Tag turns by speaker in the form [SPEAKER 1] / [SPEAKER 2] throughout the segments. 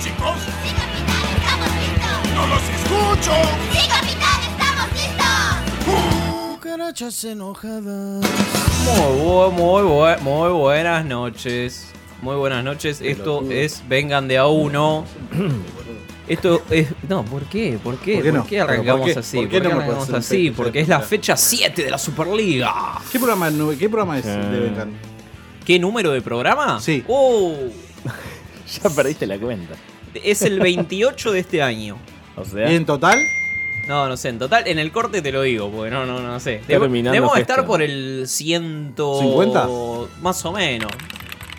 [SPEAKER 1] chicos?
[SPEAKER 2] ¡Sí, capitán, estamos listos!
[SPEAKER 1] ¡No los escucho!
[SPEAKER 2] ¡Sí, capitán, estamos listos!
[SPEAKER 3] Cucarachas enojadas.
[SPEAKER 4] Muy, bu- muy, bu- muy buenas noches. Muy buenas noches. Esto es Vengan de a uno. Esto es. No, ¿por qué? ¿Por qué?
[SPEAKER 5] ¿Por qué no? Pero,
[SPEAKER 4] arrancamos
[SPEAKER 6] ¿por qué?
[SPEAKER 4] así?
[SPEAKER 6] ¿Por
[SPEAKER 4] ¿Por
[SPEAKER 6] qué
[SPEAKER 4] qué,
[SPEAKER 6] no me
[SPEAKER 4] arrancamos
[SPEAKER 6] pones un
[SPEAKER 4] así?
[SPEAKER 6] pecho?
[SPEAKER 4] Porque es la fecha 7 de la Superliga.
[SPEAKER 6] ¿Qué programa, nu- qué programa es de Vengan?
[SPEAKER 4] ¿Qué número de programa?
[SPEAKER 6] Sí.
[SPEAKER 4] ¡Oh!
[SPEAKER 7] Ya perdiste la cuenta.
[SPEAKER 4] Es el 28 de este año.
[SPEAKER 7] O sea,
[SPEAKER 6] ¿Y en total?
[SPEAKER 4] No, no sé, en total, en el corte te lo digo, porque no, no, no sé.
[SPEAKER 7] Está terminando
[SPEAKER 4] debemos
[SPEAKER 7] festa.
[SPEAKER 4] estar por el 100...
[SPEAKER 6] ¿cincuenta?
[SPEAKER 4] Más o menos.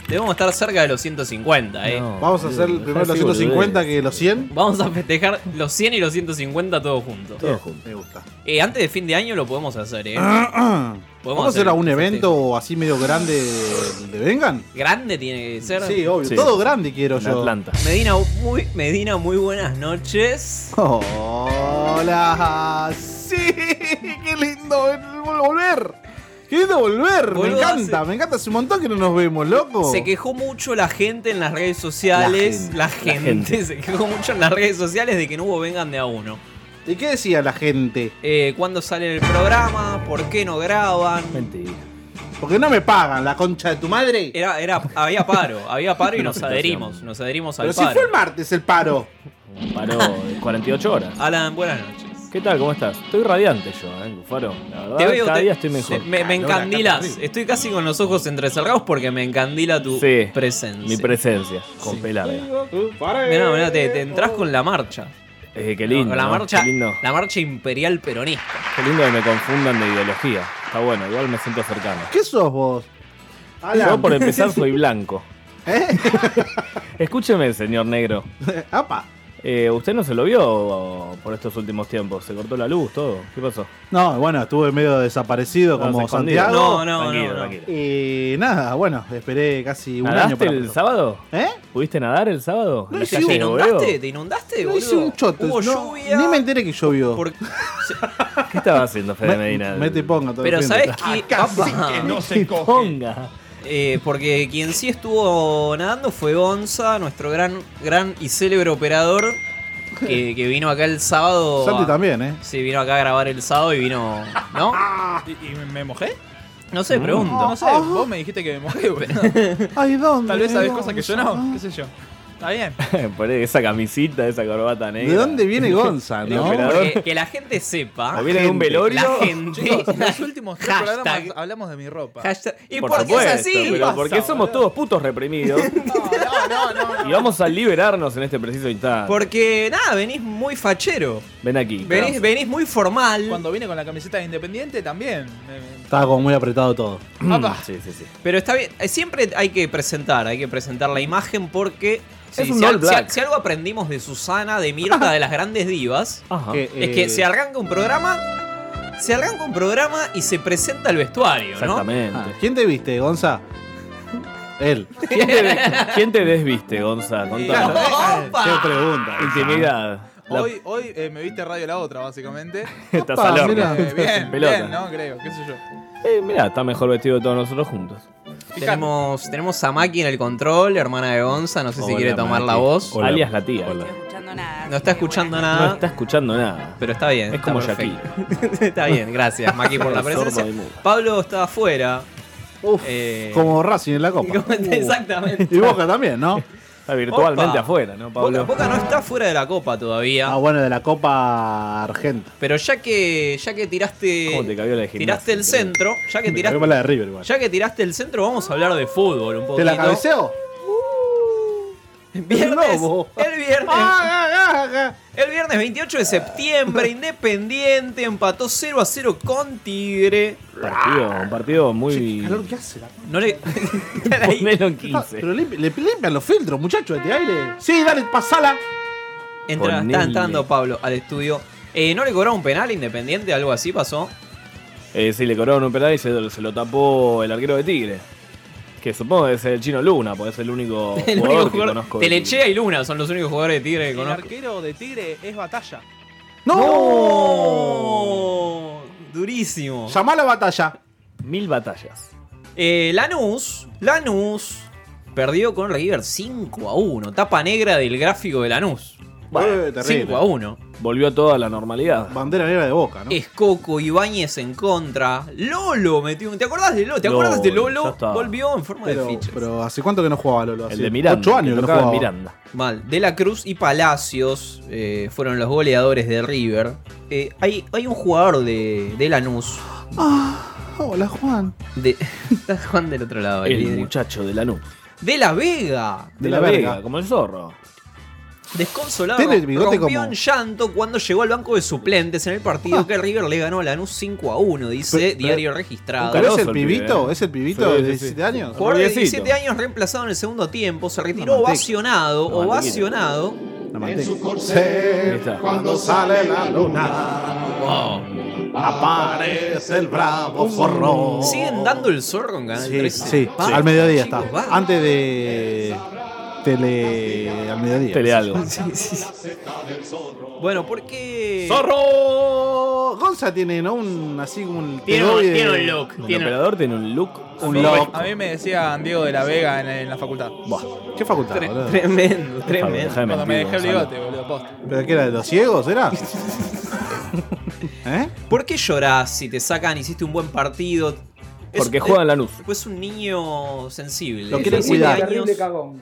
[SPEAKER 4] Debemos estar cerca de los 150, eh.
[SPEAKER 7] no,
[SPEAKER 6] Vamos a
[SPEAKER 7] boludo,
[SPEAKER 6] hacer primero
[SPEAKER 7] deja
[SPEAKER 6] los
[SPEAKER 7] así,
[SPEAKER 6] 150
[SPEAKER 7] boludez.
[SPEAKER 6] que los 100.
[SPEAKER 4] Vamos a festejar los 100 y los 150 todos juntos.
[SPEAKER 7] Todo junto.
[SPEAKER 6] Me gusta.
[SPEAKER 4] Eh, antes de fin de año lo podemos hacer, ¿eh?
[SPEAKER 6] Ah, ¿Vamos a hacer algún evento así medio grande de Vengan?
[SPEAKER 4] Grande tiene que ser.
[SPEAKER 6] Sí, obvio.
[SPEAKER 7] Sí.
[SPEAKER 6] Todo grande quiero
[SPEAKER 7] En
[SPEAKER 6] yo.
[SPEAKER 7] Atlanta.
[SPEAKER 4] Medina muy, Medina, muy buenas noches.
[SPEAKER 6] Hola. Ah, Sí, qué lindo vol- volver. Qué lindo volver.
[SPEAKER 4] Boludo,
[SPEAKER 6] me encanta,
[SPEAKER 4] hace-
[SPEAKER 6] me encanta. Hace un montón que no nos vemos, loco.
[SPEAKER 4] Se quejó mucho la gente en las redes sociales. La
[SPEAKER 7] La
[SPEAKER 4] gente,
[SPEAKER 7] gente,
[SPEAKER 4] se quejó mucho en las redes sociales de que no hubo vengan de a uno.
[SPEAKER 6] ¿Y qué decía la gente?
[SPEAKER 4] Eh, ¿Cuándo sale el programa? ¿Por qué no graban?
[SPEAKER 7] Mentira.
[SPEAKER 6] Porque no me pagan, la concha de tu madre.
[SPEAKER 4] Era, era, había paro, había paro y nos
[SPEAKER 7] Una
[SPEAKER 4] adherimos.
[SPEAKER 7] situación.
[SPEAKER 4] Nos adherimos al
[SPEAKER 6] Pero si
[SPEAKER 4] paro.
[SPEAKER 6] fue el martes el paro.
[SPEAKER 7] Paró de 48 horas.
[SPEAKER 4] Alan, buenas noches.
[SPEAKER 7] ¿Qué tal? ¿Cómo estás? Estoy radiante yo, ¿eh, Faro. La verdad,
[SPEAKER 4] Te veo,
[SPEAKER 7] cada
[SPEAKER 4] te-
[SPEAKER 7] día estoy mejor.
[SPEAKER 4] se-
[SPEAKER 6] Ah,
[SPEAKER 4] me, me encandilas. Estoy casi con los ojos entrecerrados porque me encandila tu
[SPEAKER 7] Sí,
[SPEAKER 4] presencia.
[SPEAKER 7] Mi presencia, con pelarga.
[SPEAKER 6] Uh,
[SPEAKER 4] Mirá, mirá, te, te entras con la marcha.
[SPEAKER 7] Eh, qué lindo.
[SPEAKER 4] con la
[SPEAKER 7] ¿no?
[SPEAKER 4] marcha,
[SPEAKER 7] Qué lindo.
[SPEAKER 4] la marcha imperial peronista.
[SPEAKER 7] Qué lindo que me confundan de ideología. Está bueno, igual me siento cercano.
[SPEAKER 6] ¿Qué sos vos?
[SPEAKER 7] Yo por empezar soy blanco.
[SPEAKER 6] ¿Eh?
[SPEAKER 7] Escúcheme, señor negro.
[SPEAKER 6] Apa.
[SPEAKER 7] Eh, ¿Usted no se lo vio por estos últimos tiempos? ¿Se cortó la luz, todo? ¿Qué pasó?
[SPEAKER 6] No, bueno, estuve medio desaparecido
[SPEAKER 7] Estabas
[SPEAKER 6] como
[SPEAKER 7] escondido.
[SPEAKER 4] No,
[SPEAKER 6] Santiago.
[SPEAKER 4] no,
[SPEAKER 7] tranquilo,
[SPEAKER 4] no, no.
[SPEAKER 7] tranquilo.
[SPEAKER 6] Y nada, bueno, esperé casi un año
[SPEAKER 7] ¿Nadaste
[SPEAKER 6] para.
[SPEAKER 7] el sábado?
[SPEAKER 6] ¿Eh?
[SPEAKER 7] ¿Pudiste nadar el sábado?
[SPEAKER 6] No
[SPEAKER 7] ¿En la
[SPEAKER 6] hice
[SPEAKER 7] calle
[SPEAKER 4] ¿Te
[SPEAKER 7] de Boedo?
[SPEAKER 4] inundaste? ¿Te inundaste,
[SPEAKER 6] No
[SPEAKER 4] boludo?
[SPEAKER 6] hice un choto.
[SPEAKER 4] Hubo
[SPEAKER 6] no,
[SPEAKER 4] lluvia.
[SPEAKER 6] ni me enteré que llovió.
[SPEAKER 4] por-
[SPEAKER 7] ¿Qué estaba haciendo Fede
[SPEAKER 6] Me-
[SPEAKER 7] Medina?
[SPEAKER 6] me te ponga todo
[SPEAKER 4] Pero
[SPEAKER 6] el
[SPEAKER 4] ¿sabes
[SPEAKER 6] frente.
[SPEAKER 4] qué?
[SPEAKER 7] se ponga.
[SPEAKER 4] Eh, porque quien sí estuvo nadando fue Gonza, nuestro gran, gran y célebre operador que, que vino acá el sábado.
[SPEAKER 6] Santi
[SPEAKER 4] a-
[SPEAKER 6] también, ¿eh?
[SPEAKER 4] Sí, vino acá a grabar el sábado y vino. ¿No?
[SPEAKER 8] ¿Y, y me mojé?
[SPEAKER 4] No sé, pregunto.
[SPEAKER 8] No, no sé, vos me dijiste que me mojé, boludo.
[SPEAKER 6] Ah, Ay, ¿dónde?
[SPEAKER 8] Tal vez sabés
[SPEAKER 6] Gonza?
[SPEAKER 8] cosas que yo no, qué sé yo. Está bien.
[SPEAKER 7] Por esa camisita, esa corbata negra.
[SPEAKER 6] ¿De dónde viene Gonza,
[SPEAKER 7] El
[SPEAKER 6] no?
[SPEAKER 7] operador.
[SPEAKER 4] Porque que la gente sepa.
[SPEAKER 7] ¿O viene de un
[SPEAKER 6] gente.
[SPEAKER 7] velorio?
[SPEAKER 4] La gente.
[SPEAKER 8] Chicos, en los últimos tres
[SPEAKER 4] Hashtag.
[SPEAKER 8] programas hablamos de mi ropa.
[SPEAKER 4] Hashtag- ¿Y por, qué es así?
[SPEAKER 7] Pero porque somos todos putos reprimidos. Y vamos a liberarnos en este preciso instante.
[SPEAKER 4] Porque nada, venís muy fachero.
[SPEAKER 7] Ven aquí.
[SPEAKER 4] Venís, venís muy formal.
[SPEAKER 8] Cuando vine con la camiseta de Independiente también. me- me-
[SPEAKER 6] Estaba como muy apretado todo.
[SPEAKER 8] Apa.
[SPEAKER 7] Sí, sí, sí.
[SPEAKER 4] Pero está bien, eh, siempre hay que presentar, hay que presentar la imagen porque
[SPEAKER 7] Es
[SPEAKER 4] si,
[SPEAKER 7] un
[SPEAKER 4] si
[SPEAKER 7] All
[SPEAKER 4] al-
[SPEAKER 7] Black.
[SPEAKER 4] si- si algo aprendimos de Susana, de Mirta, de las grandes divas,
[SPEAKER 7] Ajá.
[SPEAKER 6] Que,
[SPEAKER 4] es
[SPEAKER 6] eh,
[SPEAKER 4] que se arranca un programa, se arranca un programa y se presenta el vestuario, ¿no?
[SPEAKER 7] Exactamente.
[SPEAKER 6] ah, ¿Quién te viste, Gonza? Él.
[SPEAKER 7] ¿Quién, te, quién te desviste, Gonza? Contanos.
[SPEAKER 4] ¡Opa!
[SPEAKER 6] Qué pregunta.
[SPEAKER 7] Intimidad. La-
[SPEAKER 8] Hoy, hoy eh, me viste radio la otra, básicamente.
[SPEAKER 7] estás
[SPEAKER 6] Opa,
[SPEAKER 7] al horno.
[SPEAKER 6] mira.
[SPEAKER 8] Eh, bien,
[SPEAKER 7] Pelota.
[SPEAKER 8] bien, ¿no? Creo, qué sé yo.
[SPEAKER 7] Eh, mirá, está mejor vestido de todos nosotros juntos.
[SPEAKER 4] Tenemos, tenemos a Maki en el control, hermana de Gonza, no sé si
[SPEAKER 6] Hola,
[SPEAKER 4] quiere tomar la
[SPEAKER 6] Maki.
[SPEAKER 4] voz.
[SPEAKER 6] Hola.
[SPEAKER 7] Alias la tía.
[SPEAKER 6] Hola.
[SPEAKER 2] escuchando nada.
[SPEAKER 4] No está escuchando nada,
[SPEAKER 7] No está escuchando nada.
[SPEAKER 4] pero está bien.
[SPEAKER 7] Es
[SPEAKER 4] está
[SPEAKER 7] como
[SPEAKER 4] perfecto. está bien, gracias Maki por la
[SPEAKER 7] El sordo
[SPEAKER 4] presencia.
[SPEAKER 7] de Muga.
[SPEAKER 4] Pablo está afuera.
[SPEAKER 6] Uf,
[SPEAKER 4] Eh,
[SPEAKER 6] como Racing en la copa. Uh.
[SPEAKER 4] Exactamente.
[SPEAKER 6] Y Boca también, ¿no?
[SPEAKER 7] Está virtualmente
[SPEAKER 4] Opa.
[SPEAKER 7] afuera, ¿no,
[SPEAKER 4] Boca,
[SPEAKER 7] Pablo?
[SPEAKER 4] Boca no está fuera de la copa todavía.
[SPEAKER 6] Ah, bueno, de la Copa Argenta.
[SPEAKER 4] Pero ya que, ya que tiraste.
[SPEAKER 7] ¿Cómo te cabió la de gimnasia?
[SPEAKER 4] tiraste el centro. Ya que
[SPEAKER 6] Tiraste...
[SPEAKER 4] tiraste,
[SPEAKER 6] la de River, igual.
[SPEAKER 4] ya que tiraste el centro, vamos a hablar de fútbol un poquito. Uh.
[SPEAKER 6] ¿Te la cabeceo?
[SPEAKER 4] Viernes,
[SPEAKER 6] No, vos.
[SPEAKER 4] el viernes.
[SPEAKER 6] ¡Ah, ah, jaja.
[SPEAKER 4] El viernes 28 de septiembre, Independiente empató 0 a 0 con Tigre.
[SPEAKER 7] Partido, un partido muy.
[SPEAKER 6] Qué calor que hace la
[SPEAKER 4] No le.
[SPEAKER 7] Ponelo en
[SPEAKER 6] Ah,
[SPEAKER 7] 15.
[SPEAKER 6] Pero limpi- le limpian los filtros, muchachos, este aire. Sí, dale, pasala.
[SPEAKER 4] Entra, está
[SPEAKER 7] Ponele.
[SPEAKER 4] entrando Pablo al estudio. Eh, no le cobró un penal a Independiente, algo así pasó.
[SPEAKER 7] Eh, sí, le cobraron un penal y se, se lo tapó el arquero de Tigre. Que supongo que es el chino Luna, porque es el único
[SPEAKER 4] El
[SPEAKER 7] Oh, jugador
[SPEAKER 4] único
[SPEAKER 7] que
[SPEAKER 4] jugador.
[SPEAKER 7] conozco. de Tigre.
[SPEAKER 4] Telechea y Luna son los únicos jugadores de Tigre que
[SPEAKER 8] El
[SPEAKER 4] conozco.
[SPEAKER 8] arquero de Tigre es batalla.
[SPEAKER 6] ¡No!
[SPEAKER 4] ¡Oh! Durísimo.
[SPEAKER 6] Llamá a la batalla.
[SPEAKER 7] Mil batallas.
[SPEAKER 4] Eh, Lanús, Lanús perdió con River 5 a 1. Tapa negra del gráfico de Lanús.
[SPEAKER 6] Bueno, terrible.
[SPEAKER 4] 5 a 1.
[SPEAKER 7] Volvió a toda la normalidad.
[SPEAKER 6] Bandera negra de boca, ¿no?
[SPEAKER 4] Escoco, Ibáñez en contra. Lolo metió un. ¿Te acordás de Lolo? ¿Te
[SPEAKER 7] Lolo,
[SPEAKER 4] acordás de
[SPEAKER 7] ya
[SPEAKER 4] Lolo?
[SPEAKER 7] está.
[SPEAKER 4] Volvió en forma
[SPEAKER 6] Pero,
[SPEAKER 4] de fichas.
[SPEAKER 6] pero ¿hace cuánto que no jugaba Lolo?
[SPEAKER 7] El
[SPEAKER 6] Hace
[SPEAKER 7] de Miranda.
[SPEAKER 6] Ocho
[SPEAKER 7] que
[SPEAKER 6] años que no
[SPEAKER 7] tocaba en
[SPEAKER 6] jugaba.
[SPEAKER 7] Miranda.
[SPEAKER 4] Mal. De la Cruz y Palacios eh, fueron los goleadores de River. Eh, hay, hay un jugador de, de Lanús.
[SPEAKER 6] Ah, Hola, Juan.
[SPEAKER 4] De, está Juan del otro lado. el
[SPEAKER 7] El
[SPEAKER 4] vidrio.
[SPEAKER 7] muchacho de la nube.
[SPEAKER 4] De la Vega.
[SPEAKER 6] De la verga.
[SPEAKER 7] como el zorro.
[SPEAKER 4] Desconsolado,
[SPEAKER 6] Tiene el bigote
[SPEAKER 4] rompió
[SPEAKER 6] como-
[SPEAKER 4] en llanto cuando llegó al banco de suplentes en el partido que River le ganó a Lanús 5 a 1, dice
[SPEAKER 6] Pero- pero-
[SPEAKER 4] Diario Registrado.
[SPEAKER 6] ¿Pero
[SPEAKER 7] Coloso
[SPEAKER 6] es el
[SPEAKER 7] el pibe,
[SPEAKER 6] pibito?
[SPEAKER 7] eh.
[SPEAKER 6] ¿Es el pibito
[SPEAKER 7] Sí,
[SPEAKER 6] de
[SPEAKER 7] sí, sí.
[SPEAKER 6] 17 años?
[SPEAKER 4] Jugador de
[SPEAKER 7] Rodriguecito.
[SPEAKER 4] 17 años reemplazado en el segundo tiempo, se retiró
[SPEAKER 6] Una manteca.
[SPEAKER 4] ovacionado,
[SPEAKER 7] Una mantequilla.
[SPEAKER 4] ovacionado.
[SPEAKER 6] La manteca.
[SPEAKER 7] Ahí está.
[SPEAKER 1] Cuando sale la luna,
[SPEAKER 4] Oh.
[SPEAKER 1] aparece el bravo forro.
[SPEAKER 4] Siguen dando el zorro en Canal
[SPEAKER 6] Sí,
[SPEAKER 4] 13.
[SPEAKER 6] sí,
[SPEAKER 4] Va,
[SPEAKER 6] al mediodía
[SPEAKER 4] chicos,
[SPEAKER 6] está.
[SPEAKER 4] va.
[SPEAKER 6] Antes de. Tele. Al mediodía.
[SPEAKER 7] Tele algo.
[SPEAKER 4] Bueno, ¿por qué?
[SPEAKER 6] ¡Zorro! Gonza tiene, ¿no? Un, así como un.
[SPEAKER 9] Tiene un-
[SPEAKER 6] tedoide-
[SPEAKER 9] tiene un look.
[SPEAKER 7] El
[SPEAKER 9] Tiene-
[SPEAKER 7] operador tiene un look.
[SPEAKER 6] Un loco.
[SPEAKER 8] A mí me decían Diego de la Vega en, en la facultad.
[SPEAKER 6] Buah, ¿Qué facultad, boludo?
[SPEAKER 4] Tremendo,
[SPEAKER 7] Deja
[SPEAKER 4] tremendo.
[SPEAKER 7] de
[SPEAKER 8] Cuando me
[SPEAKER 7] mentir,
[SPEAKER 8] dejé el
[SPEAKER 7] Gonzalo.
[SPEAKER 8] bigote, boludo, posta.
[SPEAKER 6] ¿Pero qué era? ¿De los ciegos era? ¿Eh?
[SPEAKER 4] ¿Por qué llorás si te sacan, hiciste un buen partido? Es-
[SPEAKER 7] Porque juega en Lanús.
[SPEAKER 4] Pues un niño sensible.
[SPEAKER 6] Lo quieren
[SPEAKER 4] 17
[SPEAKER 6] cuidar.
[SPEAKER 4] años.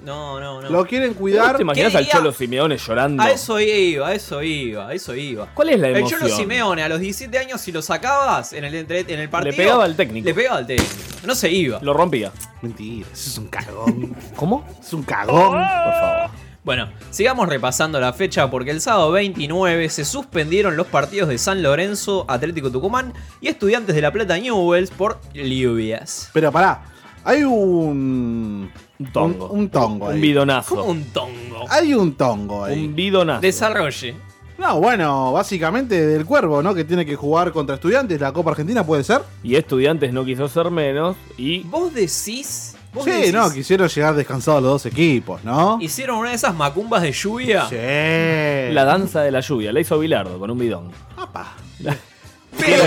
[SPEAKER 4] No, no, no.
[SPEAKER 6] Lo quieren cuidar.
[SPEAKER 7] ¿Te imaginas
[SPEAKER 4] ¿Qué
[SPEAKER 7] al
[SPEAKER 4] día?
[SPEAKER 7] Cholo Simeone llorando?
[SPEAKER 4] A eso iba, a eso iba, a eso iba.
[SPEAKER 7] ¿Cuál es la
[SPEAKER 4] El
[SPEAKER 7] emoción?
[SPEAKER 4] Cholo Simeone, a los 17 años, si lo sacabas en el, entre- en el partido.
[SPEAKER 7] Le pegaba al técnico.
[SPEAKER 4] Le pegaba al técnico. No se iba.
[SPEAKER 7] Lo rompía.
[SPEAKER 6] Mentira, eso es un cagón.
[SPEAKER 7] ¿Cómo?
[SPEAKER 6] Es un cagón.
[SPEAKER 7] Por favor.
[SPEAKER 4] Bueno, sigamos repasando la fecha porque el sábado 29 se suspendieron los partidos de San Lorenzo, Atlético Tucumán y Estudiantes de La Plata Newells por lluvias.
[SPEAKER 6] Pero pará, hay un.
[SPEAKER 7] Un tongo.
[SPEAKER 6] Un, un tongo ahí.
[SPEAKER 7] Un bidonazo.
[SPEAKER 4] Como un tongo.
[SPEAKER 6] Hay un tongo ahí.
[SPEAKER 7] Un bidonazo.
[SPEAKER 4] Desarrolle.
[SPEAKER 6] No, bueno, básicamente del cuervo, ¿no? Que tiene que jugar contra estudiantes, la Copa Argentina puede ser.
[SPEAKER 7] Y estudiantes no quiso ser menos. Y
[SPEAKER 4] ¿Vos decís? ¿Vos
[SPEAKER 6] Sí,
[SPEAKER 4] decís,
[SPEAKER 6] no, quisieron llegar descansados los dos equipos, ¿no?
[SPEAKER 4] ¿Hicieron una de esas macumbas de lluvia?
[SPEAKER 6] Sí.
[SPEAKER 7] la danza de la lluvia. La hizo Bilardo con un bidón.
[SPEAKER 6] Apa.
[SPEAKER 4] Pero,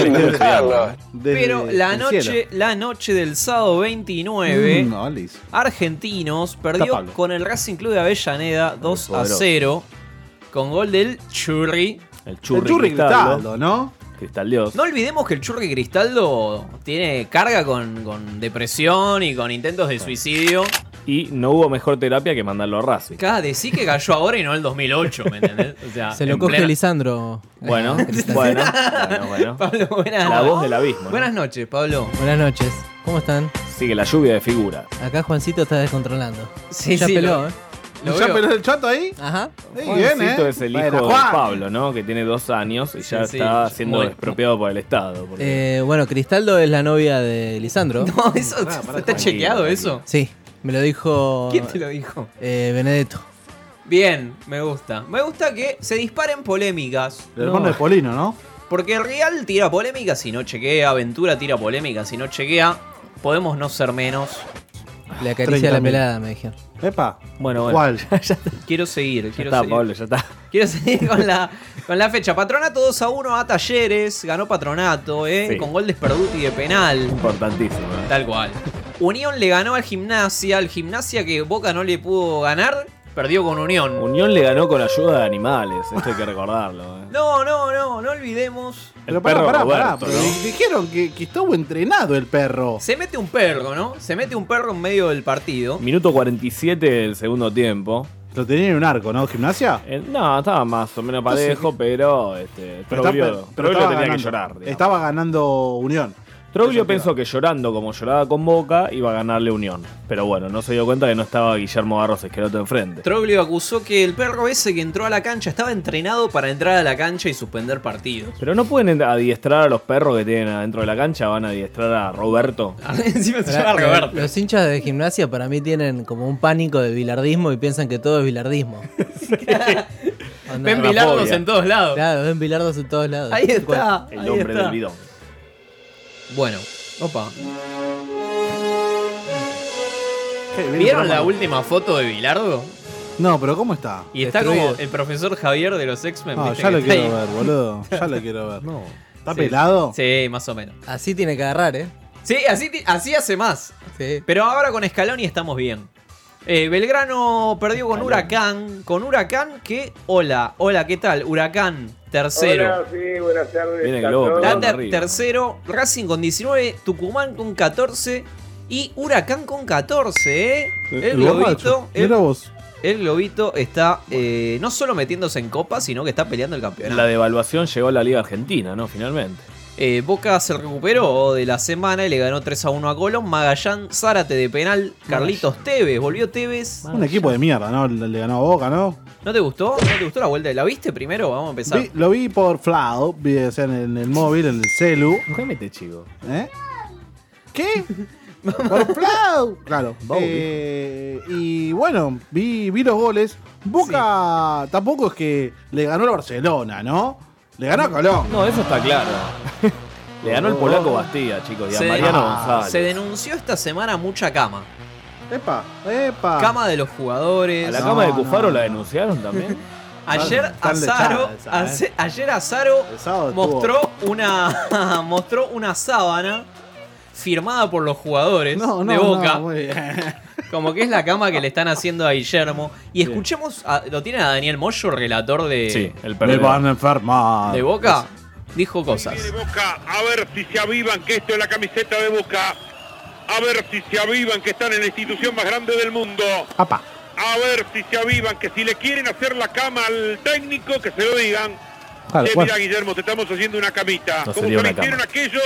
[SPEAKER 6] Desde
[SPEAKER 4] pero la,
[SPEAKER 6] el
[SPEAKER 4] noche,
[SPEAKER 6] cielo.
[SPEAKER 4] la noche del sábado 29,
[SPEAKER 6] Mm, no, Liz.
[SPEAKER 4] Argentinos perdió
[SPEAKER 6] Pablo.
[SPEAKER 4] con el Racing Club de Avellaneda 2 a
[SPEAKER 7] Poderoso.
[SPEAKER 4] 0 con gol del Churri.
[SPEAKER 7] El churri,
[SPEAKER 6] El churri
[SPEAKER 7] Cristaldo.
[SPEAKER 6] Cristaldo, ¿no?
[SPEAKER 7] Cristal Dios.
[SPEAKER 4] No olvidemos que el Churri Cristaldo tiene carga con, con depresión y con intentos de suicidio.
[SPEAKER 7] Y no hubo mejor terapia que mandarlo a Racing.
[SPEAKER 4] Cada decir que cayó ahora y no el 2008, ¿me entendés? O sea,
[SPEAKER 10] Se lo
[SPEAKER 4] en
[SPEAKER 10] coge
[SPEAKER 4] plena-
[SPEAKER 10] Lisandro.
[SPEAKER 7] Bueno, bueno, bueno, bueno.
[SPEAKER 4] Pablo, buenas
[SPEAKER 7] La voz del abismo. ¿no?
[SPEAKER 4] Buenas noches, Pablo.
[SPEAKER 10] Buenas noches. ¿Cómo están?
[SPEAKER 7] Sigue la lluvia de figuras.
[SPEAKER 10] Acá Juancito está descontrolando.
[SPEAKER 4] Sí,
[SPEAKER 10] ya
[SPEAKER 4] sí,
[SPEAKER 10] peló,
[SPEAKER 4] lo-
[SPEAKER 10] ¿eh?
[SPEAKER 4] Lo
[SPEAKER 6] ¿Ya
[SPEAKER 4] veo.
[SPEAKER 6] peló el chato ahí?
[SPEAKER 10] Ajá.
[SPEAKER 6] Sí, bien, ¿eh?
[SPEAKER 7] Juancito es el hijo
[SPEAKER 6] Bueno,
[SPEAKER 7] de
[SPEAKER 6] Juan.
[SPEAKER 7] Pablo, ¿no? Que tiene dos años y ya
[SPEAKER 4] Sí, sí.
[SPEAKER 7] está siendo
[SPEAKER 4] Muy-
[SPEAKER 7] expropiado por el Estado. porque-
[SPEAKER 10] Eh, bueno, Cristaldo es la novia de Lisandro.
[SPEAKER 4] No, eso está chequeado eso.
[SPEAKER 10] Sí, me lo dijo
[SPEAKER 4] ¿Quién te lo dijo?
[SPEAKER 10] eh, Benedetto.
[SPEAKER 4] Bien, me gusta. Me gusta que se disparen polémicas.
[SPEAKER 6] El hermano de Polino, ¿no?
[SPEAKER 4] Porque Real tira polémicas y no chequea, Aventura tira polémicas y no chequea. Podemos no ser menos.
[SPEAKER 10] Le acaricia la
[SPEAKER 6] 30.000.
[SPEAKER 10] pelada, me dijeron.
[SPEAKER 6] Epa.
[SPEAKER 7] Bueno, bueno.
[SPEAKER 6] ¿Cuál?
[SPEAKER 4] Quiero seguir,
[SPEAKER 7] Ya
[SPEAKER 4] quiero
[SPEAKER 7] está,
[SPEAKER 4] seguir.
[SPEAKER 7] Pablo, ya está.
[SPEAKER 4] Quiero seguir con la, con la fecha. Patronato 2 a 1 a Talleres. Ganó Patronato, ¿eh?
[SPEAKER 7] Sí.
[SPEAKER 4] Con gol de Sperduti de penal.
[SPEAKER 7] Importantísimo. ¿eh?
[SPEAKER 4] Tal cual. Unión le ganó al Gimnasia. Al Gimnasia que Boca no le pudo ganar, perdió con Unión.
[SPEAKER 7] Unión le ganó con ayuda de animales, esto hay que recordarlo. ¿eh?
[SPEAKER 4] No, no, no, no olvidemos.
[SPEAKER 6] Pero
[SPEAKER 7] El
[SPEAKER 6] pará,
[SPEAKER 7] perro
[SPEAKER 6] pará, pará.
[SPEAKER 7] Roberto,
[SPEAKER 6] pero di- Dijeron que, que estuvo entrenado el perro.
[SPEAKER 4] Se mete un perro, ¿no? Se mete un perro en medio del partido.
[SPEAKER 7] Minuto 47 del segundo tiempo.
[SPEAKER 6] Lo tenía en un arco, ¿no? ¿Gimnasia?
[SPEAKER 7] Eh, no, estaba más o menos parejo, pero este,
[SPEAKER 6] Pero
[SPEAKER 7] Troglio-
[SPEAKER 6] está- pero
[SPEAKER 7] Troglio tenía
[SPEAKER 6] estaba
[SPEAKER 7] que
[SPEAKER 6] ganando.
[SPEAKER 7] llorar. digamos.
[SPEAKER 6] Estaba ganando Unión.
[SPEAKER 7] Troglio pensó que llorando como lloraba con Boca iba a ganarle Unión. Pero bueno, no se dio cuenta que no estaba Guillermo Barros Esqueroto enfrente.
[SPEAKER 4] Troglio acusó que el perro ese que entró a la cancha estaba entrenado para entrar a la cancha y suspender partidos.
[SPEAKER 7] Pero no pueden adiestrar a los perros que tienen adentro de la cancha, van a adiestrar a Roberto.
[SPEAKER 4] Ah, Encima se llama
[SPEAKER 10] Pará, eh,
[SPEAKER 4] Roberto.
[SPEAKER 10] Los hinchas de gimnasia para mí tienen como un pánico de bilardismo y piensan que todo es bilardismo. Onda,
[SPEAKER 7] Ven bilardos en
[SPEAKER 8] todos lados.
[SPEAKER 10] Claro, ven bilardos en todos lados.
[SPEAKER 4] Ahí está.
[SPEAKER 7] El
[SPEAKER 4] ahí
[SPEAKER 7] hombre
[SPEAKER 4] está.
[SPEAKER 7] del bidón.
[SPEAKER 4] Bueno, opa.
[SPEAKER 6] Hey, vení,
[SPEAKER 4] ¿Vieron la
[SPEAKER 6] programa.
[SPEAKER 4] última foto de Bilardo?
[SPEAKER 6] No, pero ¿cómo está?
[SPEAKER 4] Y está
[SPEAKER 10] Destruido.
[SPEAKER 4] como el profesor Javier de los X-Men.
[SPEAKER 6] No,
[SPEAKER 4] ¿viste?
[SPEAKER 6] Ah, ya
[SPEAKER 4] que
[SPEAKER 6] lo
[SPEAKER 4] está
[SPEAKER 6] quiero
[SPEAKER 4] ahí.
[SPEAKER 6] ver, boludo. Ya lo quiero ver. No. ¿Está
[SPEAKER 4] Sí.
[SPEAKER 6] pelado?
[SPEAKER 4] Sí, más o menos.
[SPEAKER 10] Así tiene que agarrar, ¿eh?
[SPEAKER 4] Sí, así, ti- así hace más.
[SPEAKER 10] Sí.
[SPEAKER 4] Pero ahora con Scaloni estamos bien. Eh, Belgrano perdió con Huracán. Con Huracán que. Hola, hola, ¿qué tal? Huracán, tercero.
[SPEAKER 9] Hola, sí, buenas tardes.
[SPEAKER 7] Viene el
[SPEAKER 9] a
[SPEAKER 7] globo,
[SPEAKER 9] todos.
[SPEAKER 7] perdón.
[SPEAKER 4] Lander,
[SPEAKER 7] arriba.
[SPEAKER 4] tercero. Racing con 19. Tucumán con 14. Y Huracán con 14, ¿eh? El, globito.
[SPEAKER 6] borracho.
[SPEAKER 4] El,
[SPEAKER 6] Mira vos.
[SPEAKER 4] el globito está eh, no solo metiéndose en copa, sino que está peleando el campeonato.
[SPEAKER 7] La devaluación llegó a la Liga Argentina, ¿no? Finalmente.
[SPEAKER 4] Eh, Boca se recuperó de la semana y le ganó 3 a 1 a Colón. Magallán, Zárate de penal. Carlitos Tevez, volvió Tevez.
[SPEAKER 6] Un equipo de mierda, ¿no? Le le ganó a Boca, ¿no?
[SPEAKER 4] ¿No te gustó? ¿No te gustó la vuelta? ¿La viste primero? Vamos a empezar.
[SPEAKER 6] Vi- lo vi por Flau, vi, o sea, en el, en el móvil, en el celu.
[SPEAKER 7] ¿Qué mete, chico?
[SPEAKER 6] ¿Eh? ¿Qué? por Flau. Claro.
[SPEAKER 7] Bobby.
[SPEAKER 6] Eh, y bueno, vi, vi los goles. Boca tampoco es que le ganó al Barcelona, ¿no? Le ganó a Colón.
[SPEAKER 7] No, eso está claro. Le ganó el polaco
[SPEAKER 4] Oh.
[SPEAKER 7] Bastida, chicos, y a Mariano
[SPEAKER 4] de-
[SPEAKER 7] González.
[SPEAKER 4] se denunció esta semana mucha cama.
[SPEAKER 6] Epa, epa.
[SPEAKER 4] Cama de los jugadores.
[SPEAKER 7] a la
[SPEAKER 6] No,
[SPEAKER 7] cama de
[SPEAKER 6] no,
[SPEAKER 7] Cufaro
[SPEAKER 6] no.
[SPEAKER 7] la denunciaron también.
[SPEAKER 4] Ayer
[SPEAKER 6] Están de
[SPEAKER 4] Azaro,
[SPEAKER 6] chada esa, eh.
[SPEAKER 4] ace- ayer Azaro
[SPEAKER 6] El sábado estuvo-
[SPEAKER 4] mostró una mostró una sábana firmada por los jugadores
[SPEAKER 6] No, no,
[SPEAKER 4] de Boca.
[SPEAKER 6] no, muy bien.
[SPEAKER 4] Como que es la cama que le están haciendo a Guillermo. Y escuchemos, a- lo tienen a Daniel Moyo, relator de,
[SPEAKER 7] Sí, el
[SPEAKER 6] Me van
[SPEAKER 7] perdedor.
[SPEAKER 6] a enfermar.
[SPEAKER 4] de Boca. Dijo cosas.
[SPEAKER 9] Boca, a ver si se avivan que esto es la camiseta de Boca. A ver si se avivan que están en la institución más grande del mundo.
[SPEAKER 6] Apa.
[SPEAKER 9] A ver si se avivan que si le quieren hacer la cama al técnico, que se lo digan.
[SPEAKER 6] Claro,
[SPEAKER 9] Che,
[SPEAKER 6] bueno.
[SPEAKER 9] mira, Guillermo, te estamos haciendo una camita.
[SPEAKER 7] No
[SPEAKER 9] Como
[SPEAKER 7] sería
[SPEAKER 9] se
[SPEAKER 7] una
[SPEAKER 9] vistieron
[SPEAKER 7] cama.
[SPEAKER 9] aquellos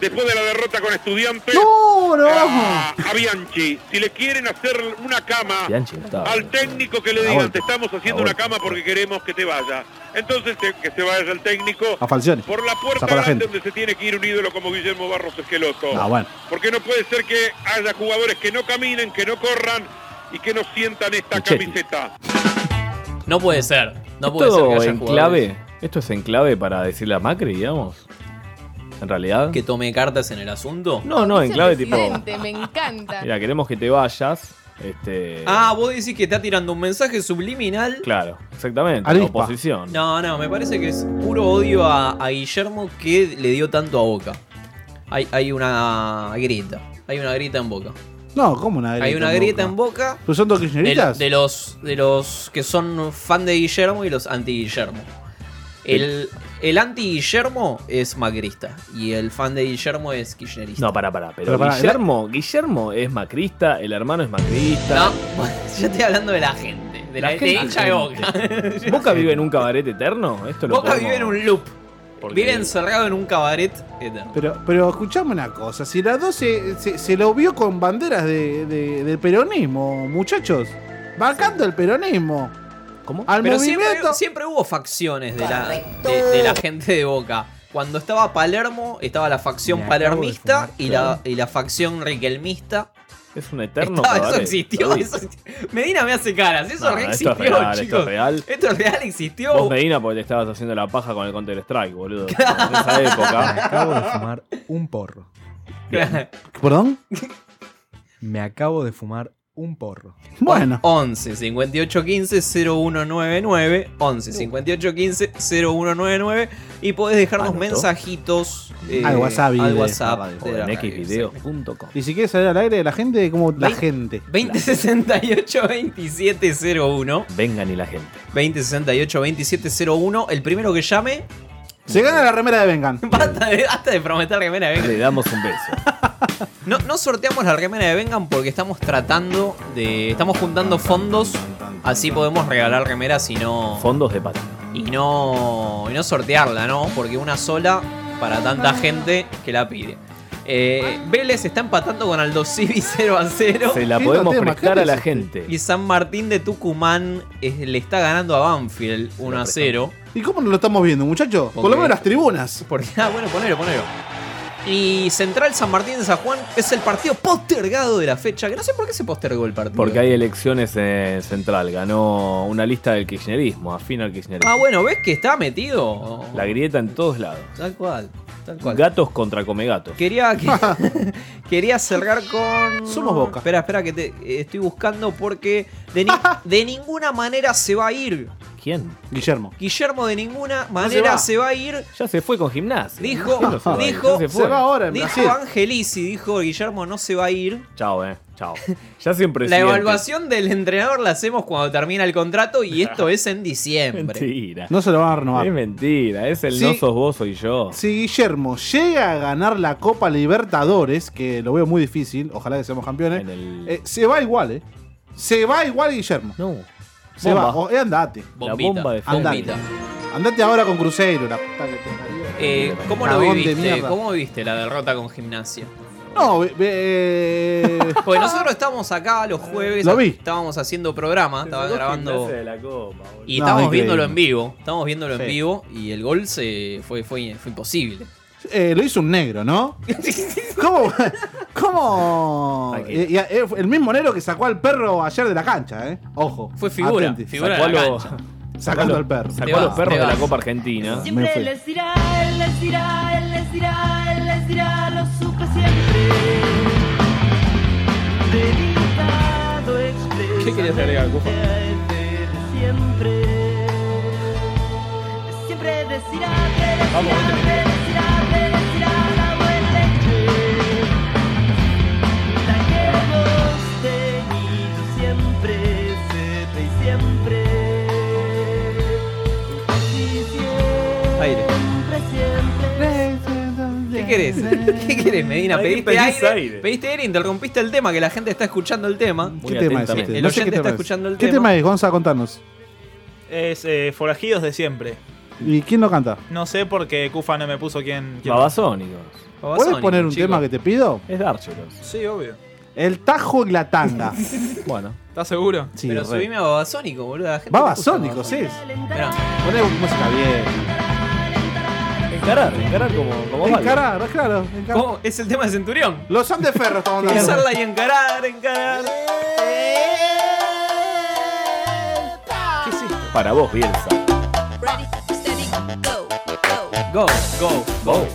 [SPEAKER 9] después de la derrota con estudiantes.
[SPEAKER 6] No, no.
[SPEAKER 9] A, a Bianchi, si le quieren hacer una cama
[SPEAKER 7] Bianchi no estaba.
[SPEAKER 9] al técnico que le
[SPEAKER 7] La
[SPEAKER 9] digan,
[SPEAKER 7] Volpe.
[SPEAKER 9] te estamos haciendo
[SPEAKER 7] La
[SPEAKER 9] una
[SPEAKER 7] Volpe.
[SPEAKER 9] cama porque queremos que te vaya. Entonces te- que se vaya el técnico
[SPEAKER 6] A Falcioni.
[SPEAKER 9] por la puerta
[SPEAKER 6] Sacó la
[SPEAKER 9] grande
[SPEAKER 6] gente.
[SPEAKER 9] donde se tiene que ir un ídolo como Guillermo Barros Esqueloto.
[SPEAKER 6] Ah, bueno.
[SPEAKER 9] Porque no puede ser que haya jugadores que no caminen, que no corran y que no sientan esta
[SPEAKER 7] Michetti.
[SPEAKER 9] camiseta.
[SPEAKER 4] No puede ser. No puede ser que
[SPEAKER 7] ¿Esto
[SPEAKER 4] haya
[SPEAKER 7] en
[SPEAKER 4] jugadores
[SPEAKER 7] clave? ¿Esto es en clave para decirle a Macri, digamos? ¿En realidad?
[SPEAKER 4] que tome cartas en el asunto.
[SPEAKER 7] No, no, en clave tipo.
[SPEAKER 11] Me encanta.
[SPEAKER 7] Mira, queremos que te vayas. Este.
[SPEAKER 4] Ah, vos decís que está tirando un mensaje subliminal.
[SPEAKER 7] Claro, exactamente.
[SPEAKER 6] Arispa.
[SPEAKER 7] La oposición.
[SPEAKER 4] No, no, me parece que es puro odio a, a Guillermo que le dio tanto a Boca. Hay, hay una grieta. Hay una grieta en Boca.
[SPEAKER 6] No, ¿cómo una grieta?
[SPEAKER 4] hay una grieta en Boca.
[SPEAKER 6] ¿Pues son dos
[SPEAKER 4] De,
[SPEAKER 6] kirchneritas?
[SPEAKER 4] de los, de los que son fan de Guillermo y los anti-Guillermo. El, el anti-Guillermo es macrista y el fan de Guillermo es kirchnerista.
[SPEAKER 7] No, pará, pará. Pero,
[SPEAKER 6] Pero pará,
[SPEAKER 7] Guillermo, Guillermo es macrista, el hermano es macrista.
[SPEAKER 4] No, yo estoy hablando de la gente, de la,
[SPEAKER 7] La
[SPEAKER 4] de
[SPEAKER 7] gente.
[SPEAKER 4] hincha de Boca.
[SPEAKER 7] ¿Boca vive en un cabaret eterno? Esto lo
[SPEAKER 4] Boca
[SPEAKER 7] podemos-
[SPEAKER 4] vive en un loop.
[SPEAKER 7] Porque-
[SPEAKER 4] Vive encerrado en un cabaret eterno.
[SPEAKER 6] Pero, pero escuchame una cosa, si las dos se, se, se lo vio con banderas de, de- del peronismo, muchachos. Marcando el peronismo.
[SPEAKER 7] ¿Cómo?
[SPEAKER 6] Al
[SPEAKER 4] Pero siempre,
[SPEAKER 6] movimiento.
[SPEAKER 4] siempre hubo facciones de la, de, de la gente de Boca. Cuando estaba Palermo, estaba la facción
[SPEAKER 10] Me acabo de
[SPEAKER 4] palermista
[SPEAKER 10] fumar,
[SPEAKER 4] y la, y la facción riquelmista.
[SPEAKER 7] Es un eterno
[SPEAKER 4] Estaba- eso
[SPEAKER 7] cabaret.
[SPEAKER 4] existió.
[SPEAKER 7] Lo
[SPEAKER 4] eso
[SPEAKER 7] dice.
[SPEAKER 4] existió. Medina me hace caras. Eso
[SPEAKER 7] No,
[SPEAKER 4] re
[SPEAKER 7] Ah, esto
[SPEAKER 4] existió,
[SPEAKER 7] es real, esto es
[SPEAKER 4] chicos.
[SPEAKER 7] real.
[SPEAKER 4] Esto es real, existió.
[SPEAKER 7] Vos Medina porque te estabas haciendo la paja con el Counter Strike, boludo. En esa
[SPEAKER 5] Me
[SPEAKER 7] época.
[SPEAKER 5] acabo de fumar un porro.
[SPEAKER 6] ¿Perdón?
[SPEAKER 5] Me acabo de fumar un porro.
[SPEAKER 6] Bueno.
[SPEAKER 4] 11 58 15 0199 11 58 15 0199 y podés dejarnos
[SPEAKER 7] Anotó.
[SPEAKER 4] mensajitos eh,
[SPEAKER 6] Al WhatsApp y
[SPEAKER 4] al
[SPEAKER 6] de- Ah,
[SPEAKER 4] WhatsApp
[SPEAKER 7] O
[SPEAKER 4] de la
[SPEAKER 7] en
[SPEAKER 4] radio,
[SPEAKER 7] xvideo.com.
[SPEAKER 6] Y si quieres salir al aire de la gente, como la
[SPEAKER 4] Ve-
[SPEAKER 6] gente.
[SPEAKER 4] 2068-2701.
[SPEAKER 7] Vengan y la gente.
[SPEAKER 4] 2068-2701. El primero que llame.
[SPEAKER 6] Se gana la remera de Vengan.
[SPEAKER 4] Basta de, basta de prometer remera de Vengan.
[SPEAKER 7] Le damos un beso.
[SPEAKER 4] No, no sorteamos la remera de Vengan porque estamos tratando de. Estamos juntando fondos. Así podemos regalar remeras y no.
[SPEAKER 7] Fondos de pata.
[SPEAKER 4] Y no. Y no sortearla, ¿no? Porque una sola para tanta gente que la pide. Eh, Vélez está empatando con Aldo Civi 0 a 0.
[SPEAKER 7] Se la
[SPEAKER 6] ¿Qué
[SPEAKER 7] podemos
[SPEAKER 6] tema?
[SPEAKER 7] prestar
[SPEAKER 6] ¿Qué
[SPEAKER 7] a la
[SPEAKER 6] es este?
[SPEAKER 7] gente.
[SPEAKER 4] Y San Martín de Tucumán eh, le está ganando a Banfield 1 a 0.
[SPEAKER 6] ¿Y cómo no lo estamos viendo, muchachos? Por
[SPEAKER 4] Ok.
[SPEAKER 6] lo menos las tribunas.
[SPEAKER 4] Porque, ah, bueno, ponelo, ponelo. Y Central San Martín de San Juan es el partido postergado de la fecha. Que no sé por qué se postergó el partido.
[SPEAKER 7] Porque hay elecciones en Central. Ganó una lista del kirchnerismo, afín al kirchnerismo.
[SPEAKER 4] Ah, bueno, ¿ves que está metido?
[SPEAKER 7] La grieta en todos lados.
[SPEAKER 4] Tal cual, tal cual.
[SPEAKER 7] Gatos contra comegatos.
[SPEAKER 4] Quería, que- quería cerrar con.
[SPEAKER 6] Somos Boca.
[SPEAKER 4] Espera, espera, que te eh, estoy buscando porque de, ni- de ninguna manera se va a ir.
[SPEAKER 7] ¿Quién?
[SPEAKER 6] Guillermo.
[SPEAKER 4] Guillermo de ninguna
[SPEAKER 6] se
[SPEAKER 4] manera
[SPEAKER 6] va.
[SPEAKER 4] se va, a ir.
[SPEAKER 7] Ya se fue con gimnasia.
[SPEAKER 4] Dijo,
[SPEAKER 7] No se va a ir,
[SPEAKER 4] dijo,
[SPEAKER 7] ya se fue.
[SPEAKER 6] Se va ahora en Brasil.
[SPEAKER 4] dijo Angelici, dijo Guillermo no se va a ir.
[SPEAKER 7] Chao, eh. Chao. Ya siempre
[SPEAKER 4] La evaluación del entrenador la hacemos cuando termina el contrato y esto es en diciembre.
[SPEAKER 7] Mentira.
[SPEAKER 6] No se lo van a renovar.
[SPEAKER 7] es mentira. Es el
[SPEAKER 6] Sí.
[SPEAKER 7] no sos vos, soy yo.
[SPEAKER 6] Si Guillermo llega a ganar la Copa Libertadores, que lo veo muy difícil, ojalá que seamos campeones,
[SPEAKER 7] En el-
[SPEAKER 6] eh, se va igual, ¿eh? Se va igual Guillermo.
[SPEAKER 7] No.
[SPEAKER 6] Se
[SPEAKER 7] Bomba.
[SPEAKER 6] va. O- eh, andate.
[SPEAKER 4] Bombita.
[SPEAKER 7] bomba de
[SPEAKER 6] Andate.
[SPEAKER 4] Bombita.
[SPEAKER 6] Andate ahora con Cruzeiro, la puta que te parió.
[SPEAKER 4] Eh, ¿Cómo lo
[SPEAKER 6] Cagón de
[SPEAKER 4] viviste?
[SPEAKER 6] mierda.
[SPEAKER 4] ¿Cómo viviste la derrota con gimnasia?
[SPEAKER 6] No, ve- ve- eh,
[SPEAKER 4] Porque nosotros estábamos acá los jueves,
[SPEAKER 6] Lo vi.
[SPEAKER 4] estábamos haciendo programa, estaba grabando y
[SPEAKER 6] No,
[SPEAKER 4] estábamos
[SPEAKER 6] increíble.
[SPEAKER 4] viéndolo en vivo, estábamos viéndolo
[SPEAKER 6] Sí.
[SPEAKER 4] en vivo y el gol se fue fue, fue imposible.
[SPEAKER 6] eh, lo hizo un negro, ¿no? ¿Cómo? ¿Cómo?
[SPEAKER 7] Tranquilo.
[SPEAKER 6] Eh, y a- eh, fue el mismo negro que sacó al perro ayer de la cancha, ¿eh? Ojo.
[SPEAKER 4] Fue figura,
[SPEAKER 6] Atenti.
[SPEAKER 4] figura
[SPEAKER 7] Sacó
[SPEAKER 4] de la
[SPEAKER 7] a lo-
[SPEAKER 4] cancha.
[SPEAKER 6] Sacando al perro.
[SPEAKER 4] Te
[SPEAKER 7] Sacó a los
[SPEAKER 4] vas,
[SPEAKER 7] perros
[SPEAKER 4] te
[SPEAKER 7] de la
[SPEAKER 4] vas.
[SPEAKER 7] Copa Argentina.
[SPEAKER 6] Me
[SPEAKER 2] Siempre
[SPEAKER 6] fui.
[SPEAKER 2] les dirá, él les dirá, él les dirá, él les dirá, lo supe siempre. Dedicado expresamente
[SPEAKER 8] ¿Qué querías agregar, Cufa?
[SPEAKER 2] a él desde Siempre. Siempre decirá, te decirá,
[SPEAKER 8] Vamos, vete,
[SPEAKER 2] te decirá, te decirá la buena leche. La que hemos tenido siempre, siempre y siempre. Así siempre,
[SPEAKER 4] Aire.
[SPEAKER 2] siempre.
[SPEAKER 4] ¿Qué querés? ¿Qué querés, Medina?
[SPEAKER 7] Hay que
[SPEAKER 4] Pediste
[SPEAKER 7] pedir
[SPEAKER 4] aire,
[SPEAKER 7] aire.
[SPEAKER 4] pediste aire, interrumpiste el tema, que la gente está escuchando el tema.
[SPEAKER 6] ¿Qué tema es
[SPEAKER 7] atentamente.
[SPEAKER 6] este?
[SPEAKER 4] El
[SPEAKER 6] No sé
[SPEAKER 4] oyente
[SPEAKER 6] qué
[SPEAKER 4] está
[SPEAKER 6] tema es.
[SPEAKER 4] escuchando el
[SPEAKER 6] ¿Qué
[SPEAKER 4] tema.
[SPEAKER 6] tema es, Gonza? Contanos.
[SPEAKER 8] Es eh, Forajidos de siempre.
[SPEAKER 6] ¿Y quién lo canta?
[SPEAKER 8] No sé porque Cufa no me puso quién. quién-
[SPEAKER 7] Babasónicos.
[SPEAKER 6] ¿Puedes poner un
[SPEAKER 4] chico.
[SPEAKER 6] tema que te pido?
[SPEAKER 7] Es Dárchelos.
[SPEAKER 8] Sí, obvio.
[SPEAKER 6] El tajo y la tanga.
[SPEAKER 7] Bueno.
[SPEAKER 8] ¿Estás seguro?
[SPEAKER 6] Sí,
[SPEAKER 4] Pero
[SPEAKER 6] re.
[SPEAKER 4] subime a Babasónico, boludo. la gente
[SPEAKER 6] Babasónico,
[SPEAKER 4] escucha
[SPEAKER 6] sí.
[SPEAKER 4] Babasónico. Esperá.
[SPEAKER 6] Poné música bien.
[SPEAKER 7] Encarar, encarar como, como vale.
[SPEAKER 6] Encarar, claro. encarar.
[SPEAKER 4] ¿Cómo? Oh, Es el tema de Centurión.
[SPEAKER 6] Los son de ferro estamos hablando.
[SPEAKER 4] Cruzarla y encarar, encarar. ¿Qué es esto?
[SPEAKER 7] Para vos, Bielsa.
[SPEAKER 2] Ready, steady, go, go.
[SPEAKER 4] Go, go, go.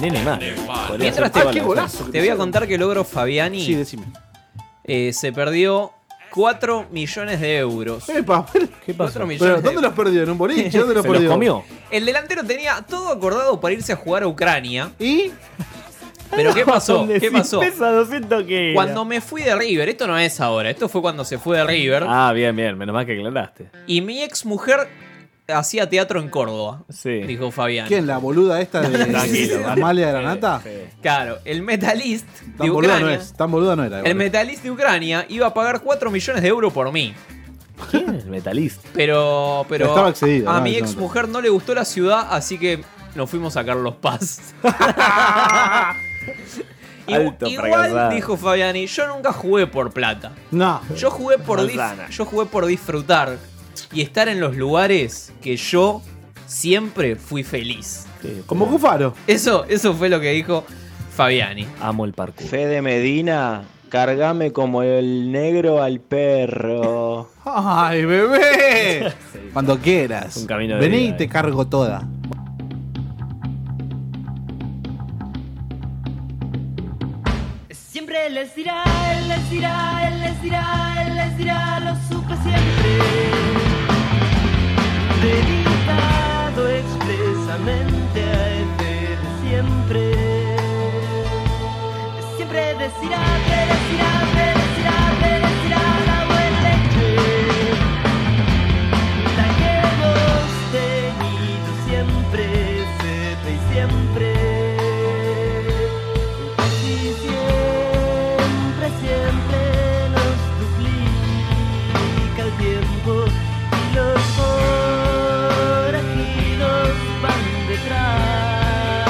[SPEAKER 7] Nene mal. Podría
[SPEAKER 4] Mientras
[SPEAKER 7] ser
[SPEAKER 4] te,
[SPEAKER 7] toda
[SPEAKER 6] qué
[SPEAKER 7] la-
[SPEAKER 6] golazo que
[SPEAKER 4] te voy a
[SPEAKER 6] hicieron.
[SPEAKER 4] contar que logro Fabiani
[SPEAKER 6] Sí, decime.
[SPEAKER 4] eh, se perdió 4 millones de euros.
[SPEAKER 6] Epa, pero-
[SPEAKER 4] 4 millones
[SPEAKER 6] pero
[SPEAKER 4] de
[SPEAKER 6] ¿dónde los perdió? ¿En un boliche? ¿Dónde los
[SPEAKER 7] Se los
[SPEAKER 6] perdió?
[SPEAKER 7] comió.
[SPEAKER 4] El delantero tenía todo acordado para irse a jugar a Ucrania.
[SPEAKER 6] ¿Y?
[SPEAKER 4] Pero ¿qué pasó? ¿Qué pasó?
[SPEAKER 7] Pesa 200 que.
[SPEAKER 4] Cuando me fui de River, esto no es ahora, esto fue cuando se fue de River.
[SPEAKER 7] Ah, bien, bien. Menos mal que aclaraste.
[SPEAKER 4] Y mi ex mujer hacía teatro en Córdoba,
[SPEAKER 7] Sí.
[SPEAKER 4] dijo Fabián.
[SPEAKER 6] ¿Quién? ¿La boluda esta de
[SPEAKER 7] Tranquilo.
[SPEAKER 6] Amalia Granata?
[SPEAKER 4] Claro, el metalist
[SPEAKER 6] Tan
[SPEAKER 4] de
[SPEAKER 6] boluda
[SPEAKER 4] Ucrania.
[SPEAKER 6] no es. Tan boluda no era.
[SPEAKER 4] El
[SPEAKER 6] igual.
[SPEAKER 4] metalist de Ucrania iba a pagar 4 millones de euros por mí.
[SPEAKER 7] ¿Quién es Metalist?
[SPEAKER 4] Pero, pero
[SPEAKER 6] Estaba excedido,
[SPEAKER 4] a
[SPEAKER 6] ¿no?
[SPEAKER 4] mi
[SPEAKER 6] Yo no
[SPEAKER 4] ex
[SPEAKER 6] te-
[SPEAKER 4] mujer no le gustó la ciudad, así que nos fuimos a Carlos Paz. Igu-
[SPEAKER 7] Alto
[SPEAKER 4] Igual
[SPEAKER 7] fracasado.
[SPEAKER 4] dijo Fabiani, yo nunca jugué por plata.
[SPEAKER 6] No.
[SPEAKER 4] Yo jugué por dif-
[SPEAKER 7] Manzana.
[SPEAKER 4] yo jugué por disfrutar y estar en los lugares que yo siempre fui feliz.
[SPEAKER 7] Sí,
[SPEAKER 6] Como
[SPEAKER 7] pero
[SPEAKER 6] Cufaro.
[SPEAKER 4] Eso, eso fue lo que dijo Fabiani.
[SPEAKER 7] Amo el parkour.
[SPEAKER 1] Fede Medina, cargame como el negro al perro.
[SPEAKER 6] ¡Ay, bebé! Cuando quieras.
[SPEAKER 7] Un camino de
[SPEAKER 6] Vení
[SPEAKER 7] vida,
[SPEAKER 6] y te
[SPEAKER 7] eh.
[SPEAKER 6] cargo toda.
[SPEAKER 2] Siempre les dirá, él les dirá, él les dirá, él les dirá, lo supe siempre. Dedicado expresamente a él desde siempre. Siempre decirá, te decirá, te decirá, te decirá la buena leche. La que hemos tenido siempre, siempre y siempre. Y siempre, siempre nos duplica el tiempo y los forajidos van detrás.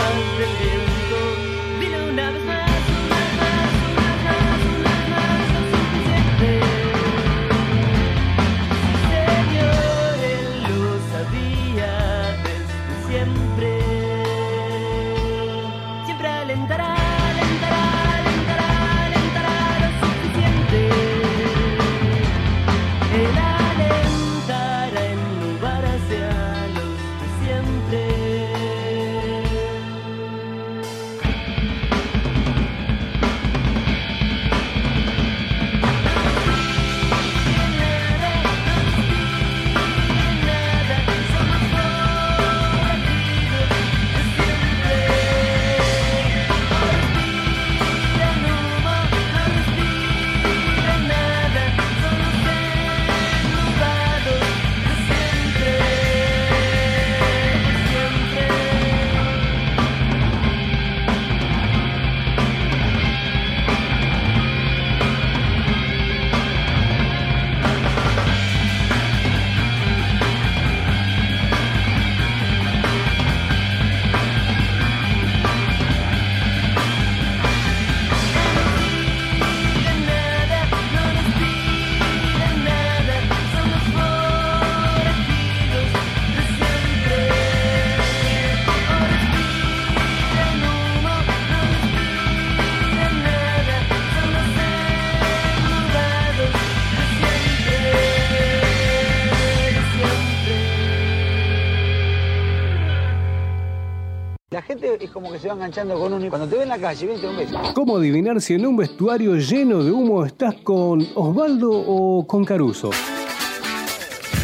[SPEAKER 11] es como que se va enganchando con uno. y Cuando te ve en la calle, vente un beso.
[SPEAKER 12] ¿Cómo adivinar si en un vestuario lleno de humo estás con Osvaldo o con Caruso?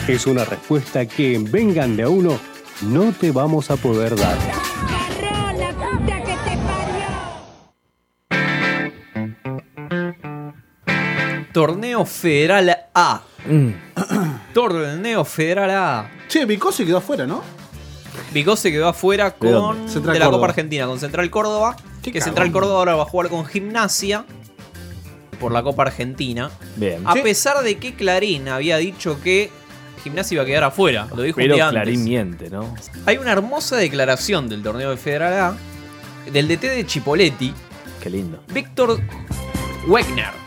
[SPEAKER 12] Es una respuesta que en vengan de a uno no te vamos a poder dar.
[SPEAKER 4] Torneo Federal A.
[SPEAKER 7] Mm.
[SPEAKER 4] Torneo Federal A.
[SPEAKER 6] Che, Vicó se quedó afuera, ¿no?
[SPEAKER 4] Vicó se quedó afuera
[SPEAKER 6] ¿De dónde?
[SPEAKER 4] con
[SPEAKER 6] Central
[SPEAKER 4] de la
[SPEAKER 6] Córdoba.
[SPEAKER 4] Copa Argentina, con Central Córdoba. Que Central Córdoba ahora va a jugar con Gimnasia por la Copa Argentina.
[SPEAKER 7] Bien.
[SPEAKER 4] A pesar de que Clarín había dicho que Gimnasia iba a quedar afuera. Lo dijo un
[SPEAKER 7] Pero
[SPEAKER 4] día
[SPEAKER 7] Clarín
[SPEAKER 4] antes.
[SPEAKER 7] miente, ¿no?
[SPEAKER 4] Hay una hermosa declaración del torneo de Federal A, del DT de Chipoletti,
[SPEAKER 7] Qué lindo.
[SPEAKER 4] Víctor Wegner.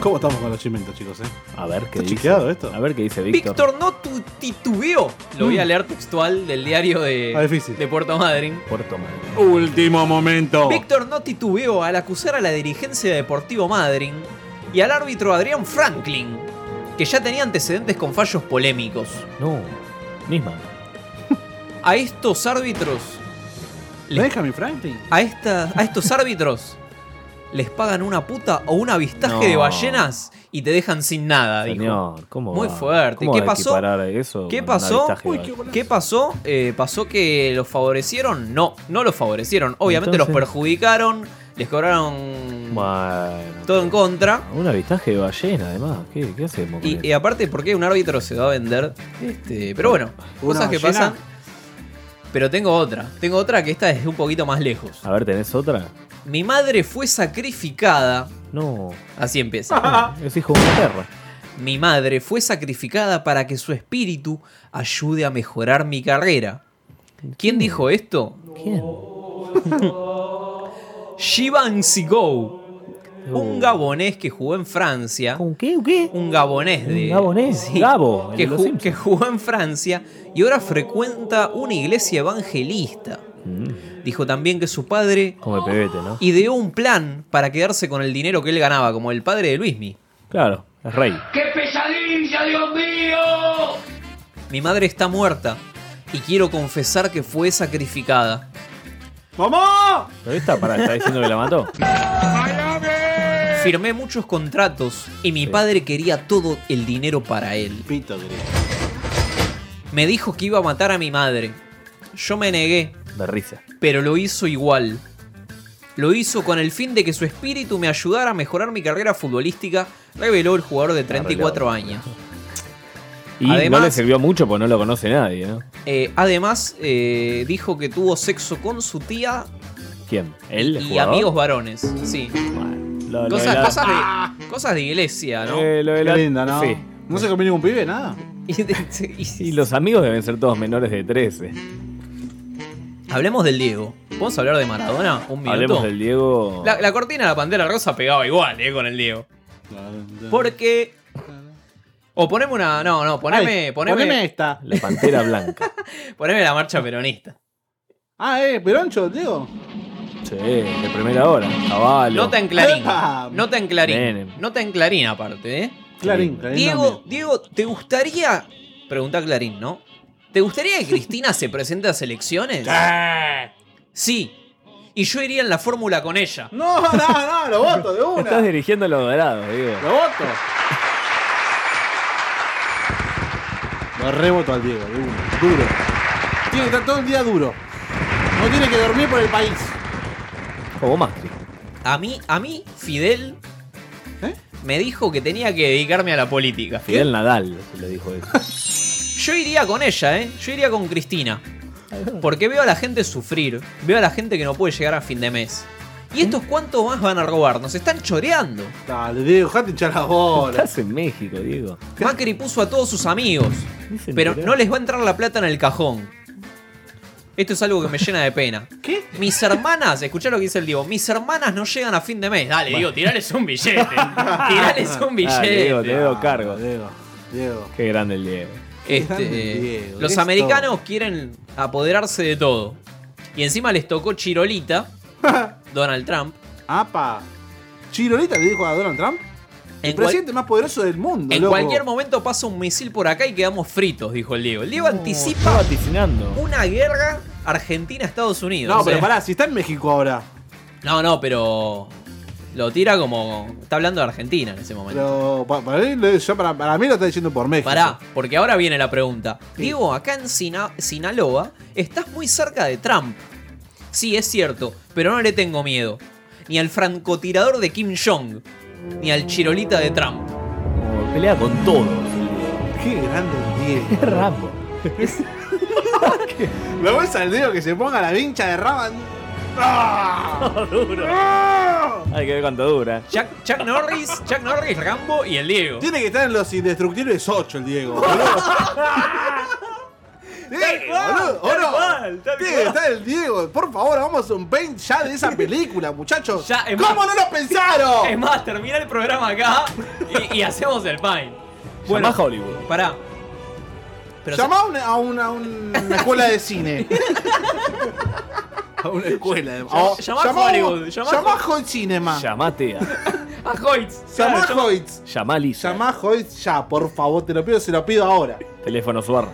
[SPEAKER 6] ¿Cómo estamos con los chimentos, chicos? Eh?
[SPEAKER 7] A ver qué
[SPEAKER 6] ¿Está
[SPEAKER 7] dice.
[SPEAKER 6] chequeado esto?
[SPEAKER 7] A ver qué dice Víctor.
[SPEAKER 4] Víctor no tu- titubeó. Lo voy a
[SPEAKER 7] Mm.
[SPEAKER 4] leer textual del diario
[SPEAKER 7] Ah,
[SPEAKER 4] de,
[SPEAKER 7] difícil.
[SPEAKER 4] de Puerto Madryn.
[SPEAKER 7] Puerto Madryn.
[SPEAKER 6] Último momento.
[SPEAKER 4] Víctor no titubeó al acusar a la dirigencia de Deportivo Madryn y al árbitro Adrián Franklin, que ya tenía antecedentes con fallos polémicos.
[SPEAKER 7] No, Nisman.
[SPEAKER 4] A estos árbitros. les-
[SPEAKER 6] Benjamin Franklin.
[SPEAKER 4] a, esta- a estos árbitros les pagan una puta o un avistaje
[SPEAKER 7] No.
[SPEAKER 4] de ballenas y te dejan sin nada. dijo.
[SPEAKER 7] Señor, ¿cómo
[SPEAKER 4] Muy
[SPEAKER 7] va?
[SPEAKER 4] fuerte.
[SPEAKER 7] ¿Cómo
[SPEAKER 4] ¿Qué
[SPEAKER 7] va a
[SPEAKER 4] pasó?
[SPEAKER 7] equiparar eso
[SPEAKER 4] ¿Qué
[SPEAKER 7] con
[SPEAKER 4] pasó?
[SPEAKER 7] un avistaje
[SPEAKER 4] Uy,
[SPEAKER 7] de
[SPEAKER 4] qué
[SPEAKER 7] ballenas?
[SPEAKER 4] ¿Qué pasó? Eh, ¿Pasó que los favorecieron? No, no los favorecieron. Obviamente
[SPEAKER 7] Entonces-
[SPEAKER 4] los perjudicaron, les cobraron
[SPEAKER 7] Bueno,
[SPEAKER 4] todo en contra.
[SPEAKER 7] un avistaje de ballena, además. ¿Qué, qué hacemos? con
[SPEAKER 4] Y,
[SPEAKER 7] esto?
[SPEAKER 4] y aparte, ¿por qué un árbitro se va a vender? Este, pero bueno,
[SPEAKER 7] ¿Una
[SPEAKER 4] cosas que
[SPEAKER 7] ballena?
[SPEAKER 4] pasan. Pero tengo otra. Tengo otra que esta es un poquito más lejos.
[SPEAKER 7] A ver, ¿tenés otra?
[SPEAKER 4] Mi madre fue sacrificada.
[SPEAKER 7] No.
[SPEAKER 4] Así empieza.
[SPEAKER 7] es hijo de una perra.
[SPEAKER 4] Mi madre fue sacrificada para que su espíritu ayude a mejorar mi carrera. ¿Quién dijo esto?
[SPEAKER 7] ¿Quién?
[SPEAKER 4] Shivan Sigou. Un gabonés que jugó en Francia. ¿Un
[SPEAKER 7] Oh. qué? ¿Un qué?
[SPEAKER 4] Un gabonés de.
[SPEAKER 7] Un gabonés, Gabo, el
[SPEAKER 4] Que,
[SPEAKER 7] de los
[SPEAKER 4] ju-
[SPEAKER 7] Simpsons.
[SPEAKER 4] que jugó en Francia y ahora frecuenta una iglesia evangelista.
[SPEAKER 7] Mm.
[SPEAKER 4] Dijo también que su padre
[SPEAKER 7] Como el pebete, ¿no?
[SPEAKER 4] ideó un plan para quedarse con el dinero que él ganaba, como el padre de Luismi.
[SPEAKER 7] Claro, es rey.
[SPEAKER 2] ¡Qué pesadilla, Dios mío!
[SPEAKER 4] Mi madre está muerta y quiero confesar que fue sacrificada.
[SPEAKER 6] ¡Mamá!
[SPEAKER 7] Pero esta, pará, está diciendo que la mató.
[SPEAKER 4] Firmé muchos contratos y mi
[SPEAKER 7] Sí.
[SPEAKER 4] padre quería todo el dinero para él. Me dijo que iba a matar a mi madre. Yo me negué,
[SPEAKER 7] De risa.
[SPEAKER 4] pero lo hizo igual. Lo hizo con el fin de que su espíritu me ayudara a mejorar mi carrera futbolística, reveló el jugador de 34 años.
[SPEAKER 7] Y
[SPEAKER 4] Además-
[SPEAKER 7] no le sirvió mucho porque no lo conoce nadie, ¿no?
[SPEAKER 4] Eh, además, eh, dijo que tuvo sexo con su tía
[SPEAKER 7] ¿Quién? ¿Él? el
[SPEAKER 4] y
[SPEAKER 7] jugador?
[SPEAKER 4] amigos varones. Sí.
[SPEAKER 7] Lo- lo
[SPEAKER 4] Cosas,
[SPEAKER 7] de la-
[SPEAKER 4] cosas de, cosas de iglesia, ¿no?
[SPEAKER 7] Eh, lo de la-
[SPEAKER 6] Qué linda, ¿no?
[SPEAKER 7] Sí.
[SPEAKER 6] No se comió ningún pibe, nada.
[SPEAKER 7] Y los amigos deben ser todos menores de 13.
[SPEAKER 4] Hablemos del Diego. ¿Podemos hablar de Maradona? Un minuto.
[SPEAKER 7] Hablemos del Diego.
[SPEAKER 4] La, la cortina de la pantera rosa pegaba igual, eh, con el Diego. Porque. O poneme una. No, no, poneme.
[SPEAKER 6] Ay,
[SPEAKER 4] poneme,
[SPEAKER 6] poneme esta.
[SPEAKER 7] La pantera blanca.
[SPEAKER 4] poneme la marcha peronista.
[SPEAKER 6] Ah, eh, Peroncho, Diego.
[SPEAKER 7] Sí, de primera hora. Caballo.
[SPEAKER 4] Nota en clarín.
[SPEAKER 6] ¡Epa!
[SPEAKER 4] Nota en clarín.
[SPEAKER 7] Menem.
[SPEAKER 4] Nota en clarín, aparte, ¿eh?
[SPEAKER 6] Clarín, Clarín.
[SPEAKER 4] Diego,
[SPEAKER 6] también.
[SPEAKER 4] Diego, ¿te gustaría. Pregunta Clarín, ¿no? ¿Te gustaría que Cristina se presente a selecciones? Sí. Y yo iría en la fórmula con ella.
[SPEAKER 6] No, no, no, lo voto de una.
[SPEAKER 7] Estás dirigiendo los dorados, digo.
[SPEAKER 6] Lo voto. Lo reboto al Diego, de una. Duro. Tiene que estar todo el día duro. No tiene que dormir por el país.
[SPEAKER 7] Como Macri.
[SPEAKER 4] A mí, a mí, Fidel.
[SPEAKER 6] ¿Eh?
[SPEAKER 4] Me dijo que tenía que dedicarme a la política.
[SPEAKER 7] Fidel Nadal le dijo eso.
[SPEAKER 4] Yo iría con ella, ¿eh? Yo iría con Cristina. Porque veo a la gente sufrir. Veo a la gente que no puede llegar a fin de mes. ¿Y estos cuántos más van a robar? Nos están choreando.
[SPEAKER 6] ¿Mm? Dale, Diego, dejate hinchar las bolas.
[SPEAKER 7] Estás en México, Diego.
[SPEAKER 4] Macri puso a todos sus amigos. Pero no les va a entrar la plata en el cajón. Esto es algo que me llena de pena. ¿Qué? Mis hermanas, escuchá lo que dice el Diego, mis hermanas no llegan a fin de mes. Dale, Diego, tirales un billete. tirales un
[SPEAKER 7] Ah, Diego, te
[SPEAKER 4] billete.
[SPEAKER 7] veo cargo.
[SPEAKER 6] Diego, Diego.
[SPEAKER 7] Qué grande el Diego.
[SPEAKER 4] Este,
[SPEAKER 6] Diego,
[SPEAKER 4] los
[SPEAKER 6] esto.
[SPEAKER 4] americanos quieren apoderarse de todo. Y encima les tocó Chirolita, Donald Trump.
[SPEAKER 6] Apa. Chirolita le dijo a Donald Trump. El
[SPEAKER 4] En, cual-
[SPEAKER 6] presidente más poderoso del mundo.
[SPEAKER 4] en
[SPEAKER 6] loco.
[SPEAKER 4] cualquier momento pasa un misil por acá y quedamos fritos, dijo el Diego. El Diego anticipa
[SPEAKER 7] Estaba vaticinando.
[SPEAKER 4] una guerra Argentina-Estados Unidos.
[SPEAKER 6] No,
[SPEAKER 4] o sea,
[SPEAKER 6] pero pará, si está en México ahora.
[SPEAKER 4] No, no, pero. Lo tira como. Está hablando de Argentina en ese momento.
[SPEAKER 6] Pero pa- para mí, lo- yo para, para mí lo está diciendo por México.
[SPEAKER 4] Pará, porque ahora viene la pregunta. Diego, acá en Sina- Sinaloa estás muy cerca de Trump. Sí, es cierto, pero no le tengo miedo. Ni al francotirador de Kim Jong, ni al chirolita de Trump.
[SPEAKER 7] Pelea con todos.
[SPEAKER 6] Qué grande el Diego. Qué Rambo. Lo ves al Diego que se ponga la vincha de Rambo.
[SPEAKER 7] duro.
[SPEAKER 6] ¡Ah!
[SPEAKER 7] Hay que ver cuánto dura.
[SPEAKER 4] Chuck, Chuck Norris, Chuck Norris, Rambo y el Diego.
[SPEAKER 6] Tiene que estar en los indestructibles 8 el Diego. boludo. Diego, boludo,
[SPEAKER 2] tal
[SPEAKER 6] ¿o no?
[SPEAKER 2] cual, tal
[SPEAKER 6] Tiene
[SPEAKER 2] cual.
[SPEAKER 6] que estar el Diego. Por favor, vamos a un paint ya de esa película, muchachos.
[SPEAKER 4] es
[SPEAKER 6] ¿Cómo
[SPEAKER 4] más-
[SPEAKER 6] no lo pensaron?
[SPEAKER 4] Es más, termina el programa acá y, y hacemos el pine.
[SPEAKER 7] Bueno, Hollywood.
[SPEAKER 4] Pará. Pero
[SPEAKER 6] Llamá a una, a una- a una escuela de cine. a una escuela. de-
[SPEAKER 4] Llamá-
[SPEAKER 6] o-
[SPEAKER 4] Oh, llamá a
[SPEAKER 6] a-
[SPEAKER 4] Hollywood, llamá a-
[SPEAKER 6] Llamá a Hoyt Cinema.
[SPEAKER 7] Llamate a.
[SPEAKER 4] A Hoyts.
[SPEAKER 6] Llamá
[SPEAKER 4] Claro,
[SPEAKER 6] a Hoyts.
[SPEAKER 7] Llamá a Lisa.
[SPEAKER 6] Llamá a Hoyts ya, por favor, te lo pido, se lo pido ahora.
[SPEAKER 7] Teléfono suar.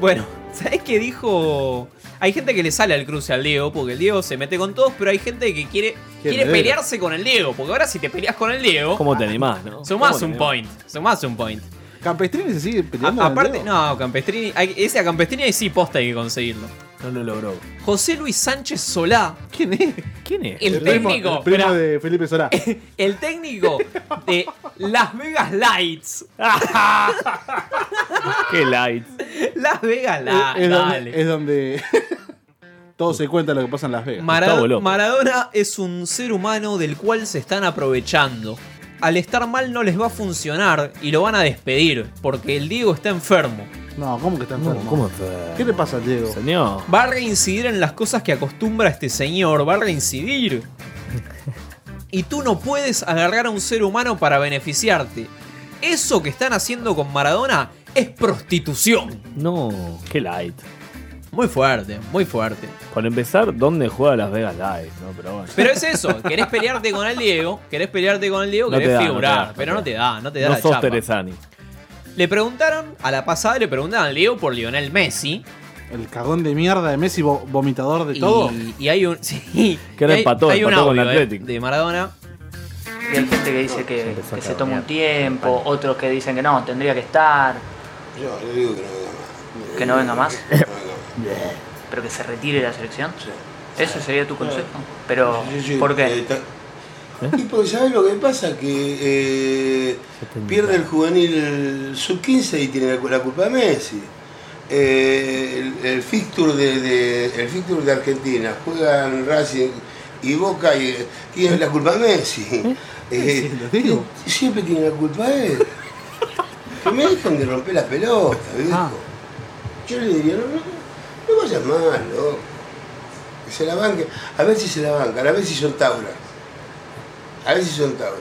[SPEAKER 4] Bueno, ¿sabés qué dijo? Hay gente que le sale al cruce al Diego, porque el Diego se mete con todos, pero hay gente que quiere, quiere
[SPEAKER 7] ver.
[SPEAKER 4] pelearse con el Diego, porque ahora si te peleas con el Diego,
[SPEAKER 7] ¿Cómo te animás, no? ¿Cómo
[SPEAKER 4] sumás
[SPEAKER 7] te
[SPEAKER 4] un
[SPEAKER 7] animás?
[SPEAKER 4] point, sumás un point.
[SPEAKER 6] Campestrini se sigue peleando.
[SPEAKER 4] A-
[SPEAKER 6] con el
[SPEAKER 4] aparte,
[SPEAKER 6] Diego?
[SPEAKER 4] no, Campestrini, hay- ese a Campestrini ahí sí posta hay que conseguirlo.
[SPEAKER 7] No lo logró.
[SPEAKER 4] José Luis Sánchez Solá.
[SPEAKER 6] ¿Quién es?
[SPEAKER 7] ¿Quién es?
[SPEAKER 4] El,
[SPEAKER 6] primo-
[SPEAKER 4] técnico.
[SPEAKER 6] el primo
[SPEAKER 4] esperá,
[SPEAKER 6] de Felipe Solá.
[SPEAKER 4] el técnico de Las Vegas Lights.
[SPEAKER 7] Qué light.
[SPEAKER 4] Las Vegas Lights.
[SPEAKER 6] es,
[SPEAKER 4] dale.
[SPEAKER 6] donde, es donde todo se cuenta lo que pasa en Las Vegas.
[SPEAKER 4] Mara- Maradona es un ser humano del cual se están aprovechando. Al estar mal no les va a funcionar y lo van a despedir porque el Diego está enfermo.
[SPEAKER 6] No, ¿cómo que está
[SPEAKER 4] No,
[SPEAKER 6] enfermo?
[SPEAKER 4] ¿cómo
[SPEAKER 7] está?
[SPEAKER 6] ¿Qué le pasa al Diego?
[SPEAKER 7] Señor.
[SPEAKER 4] Va a reincidir en las cosas que acostumbra este señor, va a reincidir. Y tú no puedes agarrar a un ser humano para beneficiarte. Eso que están haciendo con Maradona es prostitución.
[SPEAKER 7] No, qué light.
[SPEAKER 4] Muy fuerte, muy fuerte.
[SPEAKER 7] Por empezar, ¿dónde juega Las Vegas Live? No, pero bueno.
[SPEAKER 4] Pero es eso, querés pelearte con el Diego, querés pelearte con el Diego,
[SPEAKER 7] No te
[SPEAKER 4] querés
[SPEAKER 7] da, no te
[SPEAKER 4] figurar,
[SPEAKER 7] da, no
[SPEAKER 4] pero
[SPEAKER 7] te
[SPEAKER 4] no te da, no te da
[SPEAKER 7] no
[SPEAKER 4] la
[SPEAKER 7] sos
[SPEAKER 4] chapa.
[SPEAKER 7] Teresani.
[SPEAKER 4] Le preguntaron, a la pasada le preguntaban a Leo por Lionel Messi.
[SPEAKER 6] El cagón de mierda de Messi, vo- vomitador de todo.
[SPEAKER 4] Y, y hay un. Sí.
[SPEAKER 6] Que ahora
[SPEAKER 4] hay-
[SPEAKER 6] empató,
[SPEAKER 4] hay un
[SPEAKER 6] empató con
[SPEAKER 4] audio,
[SPEAKER 6] el
[SPEAKER 4] eh,
[SPEAKER 6] Athletic.
[SPEAKER 4] de Maradona.
[SPEAKER 13] Y hay gente que dice que, que se toma un tiempo, otros que dicen que no, tendría que estar.
[SPEAKER 14] Yo le digo que no venga más.
[SPEAKER 13] ¿Que no venga más?
[SPEAKER 14] Bleh.
[SPEAKER 13] Pero que se retire de la selección. Eso sería tu consejo.
[SPEAKER 14] Pero,
[SPEAKER 13] ¿por qué?
[SPEAKER 14] Y porque sabes lo que pasa, que eh, pierde el juvenil sub-15 y tiene la, cu- la culpa de Messi. Eh, el, el fixture de, de- el fixture de Argentina, juegan Racing y Boca y eh, tiene la culpa de Messi. Eh, siempre tiene la culpa él. que me dejan de romper la pelota, viejo. Yo le diría, no, no, no vayas mal, loco. Que se la banque. A ver si se la bancan, a ver si son Taura. A ver si son Taura.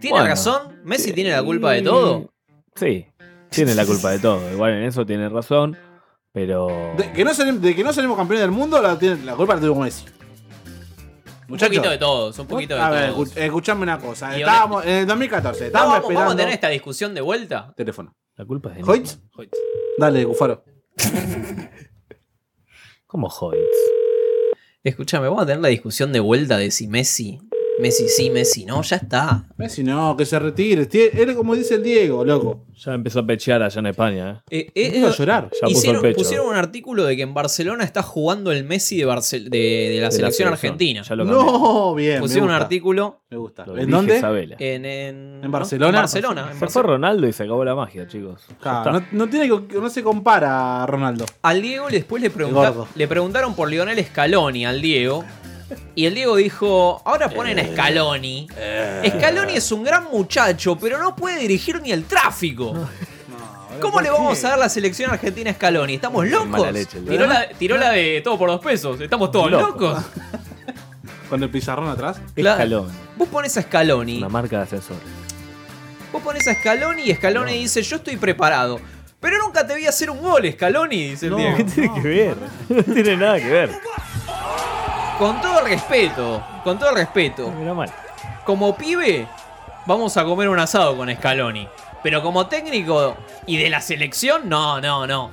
[SPEAKER 4] ¿Tiene
[SPEAKER 7] Bueno.
[SPEAKER 4] razón? ¿Messi tiene la culpa de todo?
[SPEAKER 7] Sí, tiene la culpa de todo. Igual en eso tiene razón, pero.
[SPEAKER 6] De que, no salimos, de que no salimos campeones del mundo, la, tiene- la culpa la tuvo Messi.
[SPEAKER 4] Un
[SPEAKER 6] Muchachos.
[SPEAKER 4] poquito de todos, un poquito de
[SPEAKER 6] A ver,
[SPEAKER 4] todos.
[SPEAKER 6] escu- escuchame una cosa.
[SPEAKER 4] Y
[SPEAKER 6] Estábamos en el 2014,
[SPEAKER 4] No,
[SPEAKER 6] estábamos
[SPEAKER 4] vamos, vamos a
[SPEAKER 6] esperando.
[SPEAKER 4] tener esta discusión de vuelta?
[SPEAKER 6] Teléfono.
[SPEAKER 7] La culpa es de
[SPEAKER 6] ¿Hoyts? Dale, Gufaro.
[SPEAKER 7] ¿Cómo Hoyts?
[SPEAKER 4] Escúchame, vamos a tener la discusión de vuelta de si Messi. Messi sí, Messi no, ya está.
[SPEAKER 6] Messi no, que se retire. Tie- Él como dice el Diego, loco.
[SPEAKER 7] Ya empezó a pechear allá en España, ¿eh?
[SPEAKER 4] Eh, eh,
[SPEAKER 6] Empezó a
[SPEAKER 4] eh,
[SPEAKER 6] llorar.
[SPEAKER 7] Ya puso
[SPEAKER 4] hicieron-
[SPEAKER 7] el pecho.
[SPEAKER 4] Pusieron un artículo de que en Barcelona está jugando el Messi de, Barcel- de- de la
[SPEAKER 7] la
[SPEAKER 4] selección
[SPEAKER 7] selección.
[SPEAKER 4] argentina.
[SPEAKER 7] Ya lo cambié.
[SPEAKER 6] No, bien. me
[SPEAKER 4] Pusieron un
[SPEAKER 6] gusta.
[SPEAKER 4] artículo.
[SPEAKER 6] Me gusta.
[SPEAKER 7] Lo
[SPEAKER 6] ¿En
[SPEAKER 7] dirige
[SPEAKER 6] dónde?
[SPEAKER 7] Sabela.
[SPEAKER 4] En, en,
[SPEAKER 6] ¿En Barcelona?
[SPEAKER 4] En Barcelona. en
[SPEAKER 7] Se fue
[SPEAKER 4] Barcelona.
[SPEAKER 7] Ronaldo y se acabó la magia, chicos. Ya
[SPEAKER 6] Claro,
[SPEAKER 7] está.
[SPEAKER 6] no, no tiene, que- no se compara a Ronaldo.
[SPEAKER 4] Al Diego después le, pregunta-
[SPEAKER 6] gordo.
[SPEAKER 4] le preguntaron por Lionel Scaloni al Diego. Y el Diego dijo, ahora ponen
[SPEAKER 7] Eh.
[SPEAKER 4] a Scaloni.
[SPEAKER 6] Eh.
[SPEAKER 4] Scaloni es un gran muchacho, pero no puede dirigir ni el tráfico. ¿Cómo le vamos a dar la selección argentina a Scaloni? ¿Estamos locos?
[SPEAKER 7] mala leche, el
[SPEAKER 4] tiró,
[SPEAKER 7] Diego.
[SPEAKER 4] la, tiró la de todo por dos pesos. ¿Estamos todos
[SPEAKER 7] Loco.
[SPEAKER 4] locos?
[SPEAKER 6] Con el pizarrón atrás.
[SPEAKER 4] Claro.
[SPEAKER 7] Escalón.
[SPEAKER 4] Vos pones a Scaloni.
[SPEAKER 7] Una marca de ascensores.
[SPEAKER 4] Vos pones a Scaloni y Scaloni dice, yo estoy preparado. Pero nunca te vi hacer un gol, Scaloni, dice el Diego.
[SPEAKER 7] ¿Qué tiene que ver? No tiene nada que ver.
[SPEAKER 4] Con todo respeto, con todo respeto. Como pibe, vamos a comer un asado con Scaloni. Pero como técnico y de la selección, no, no, no.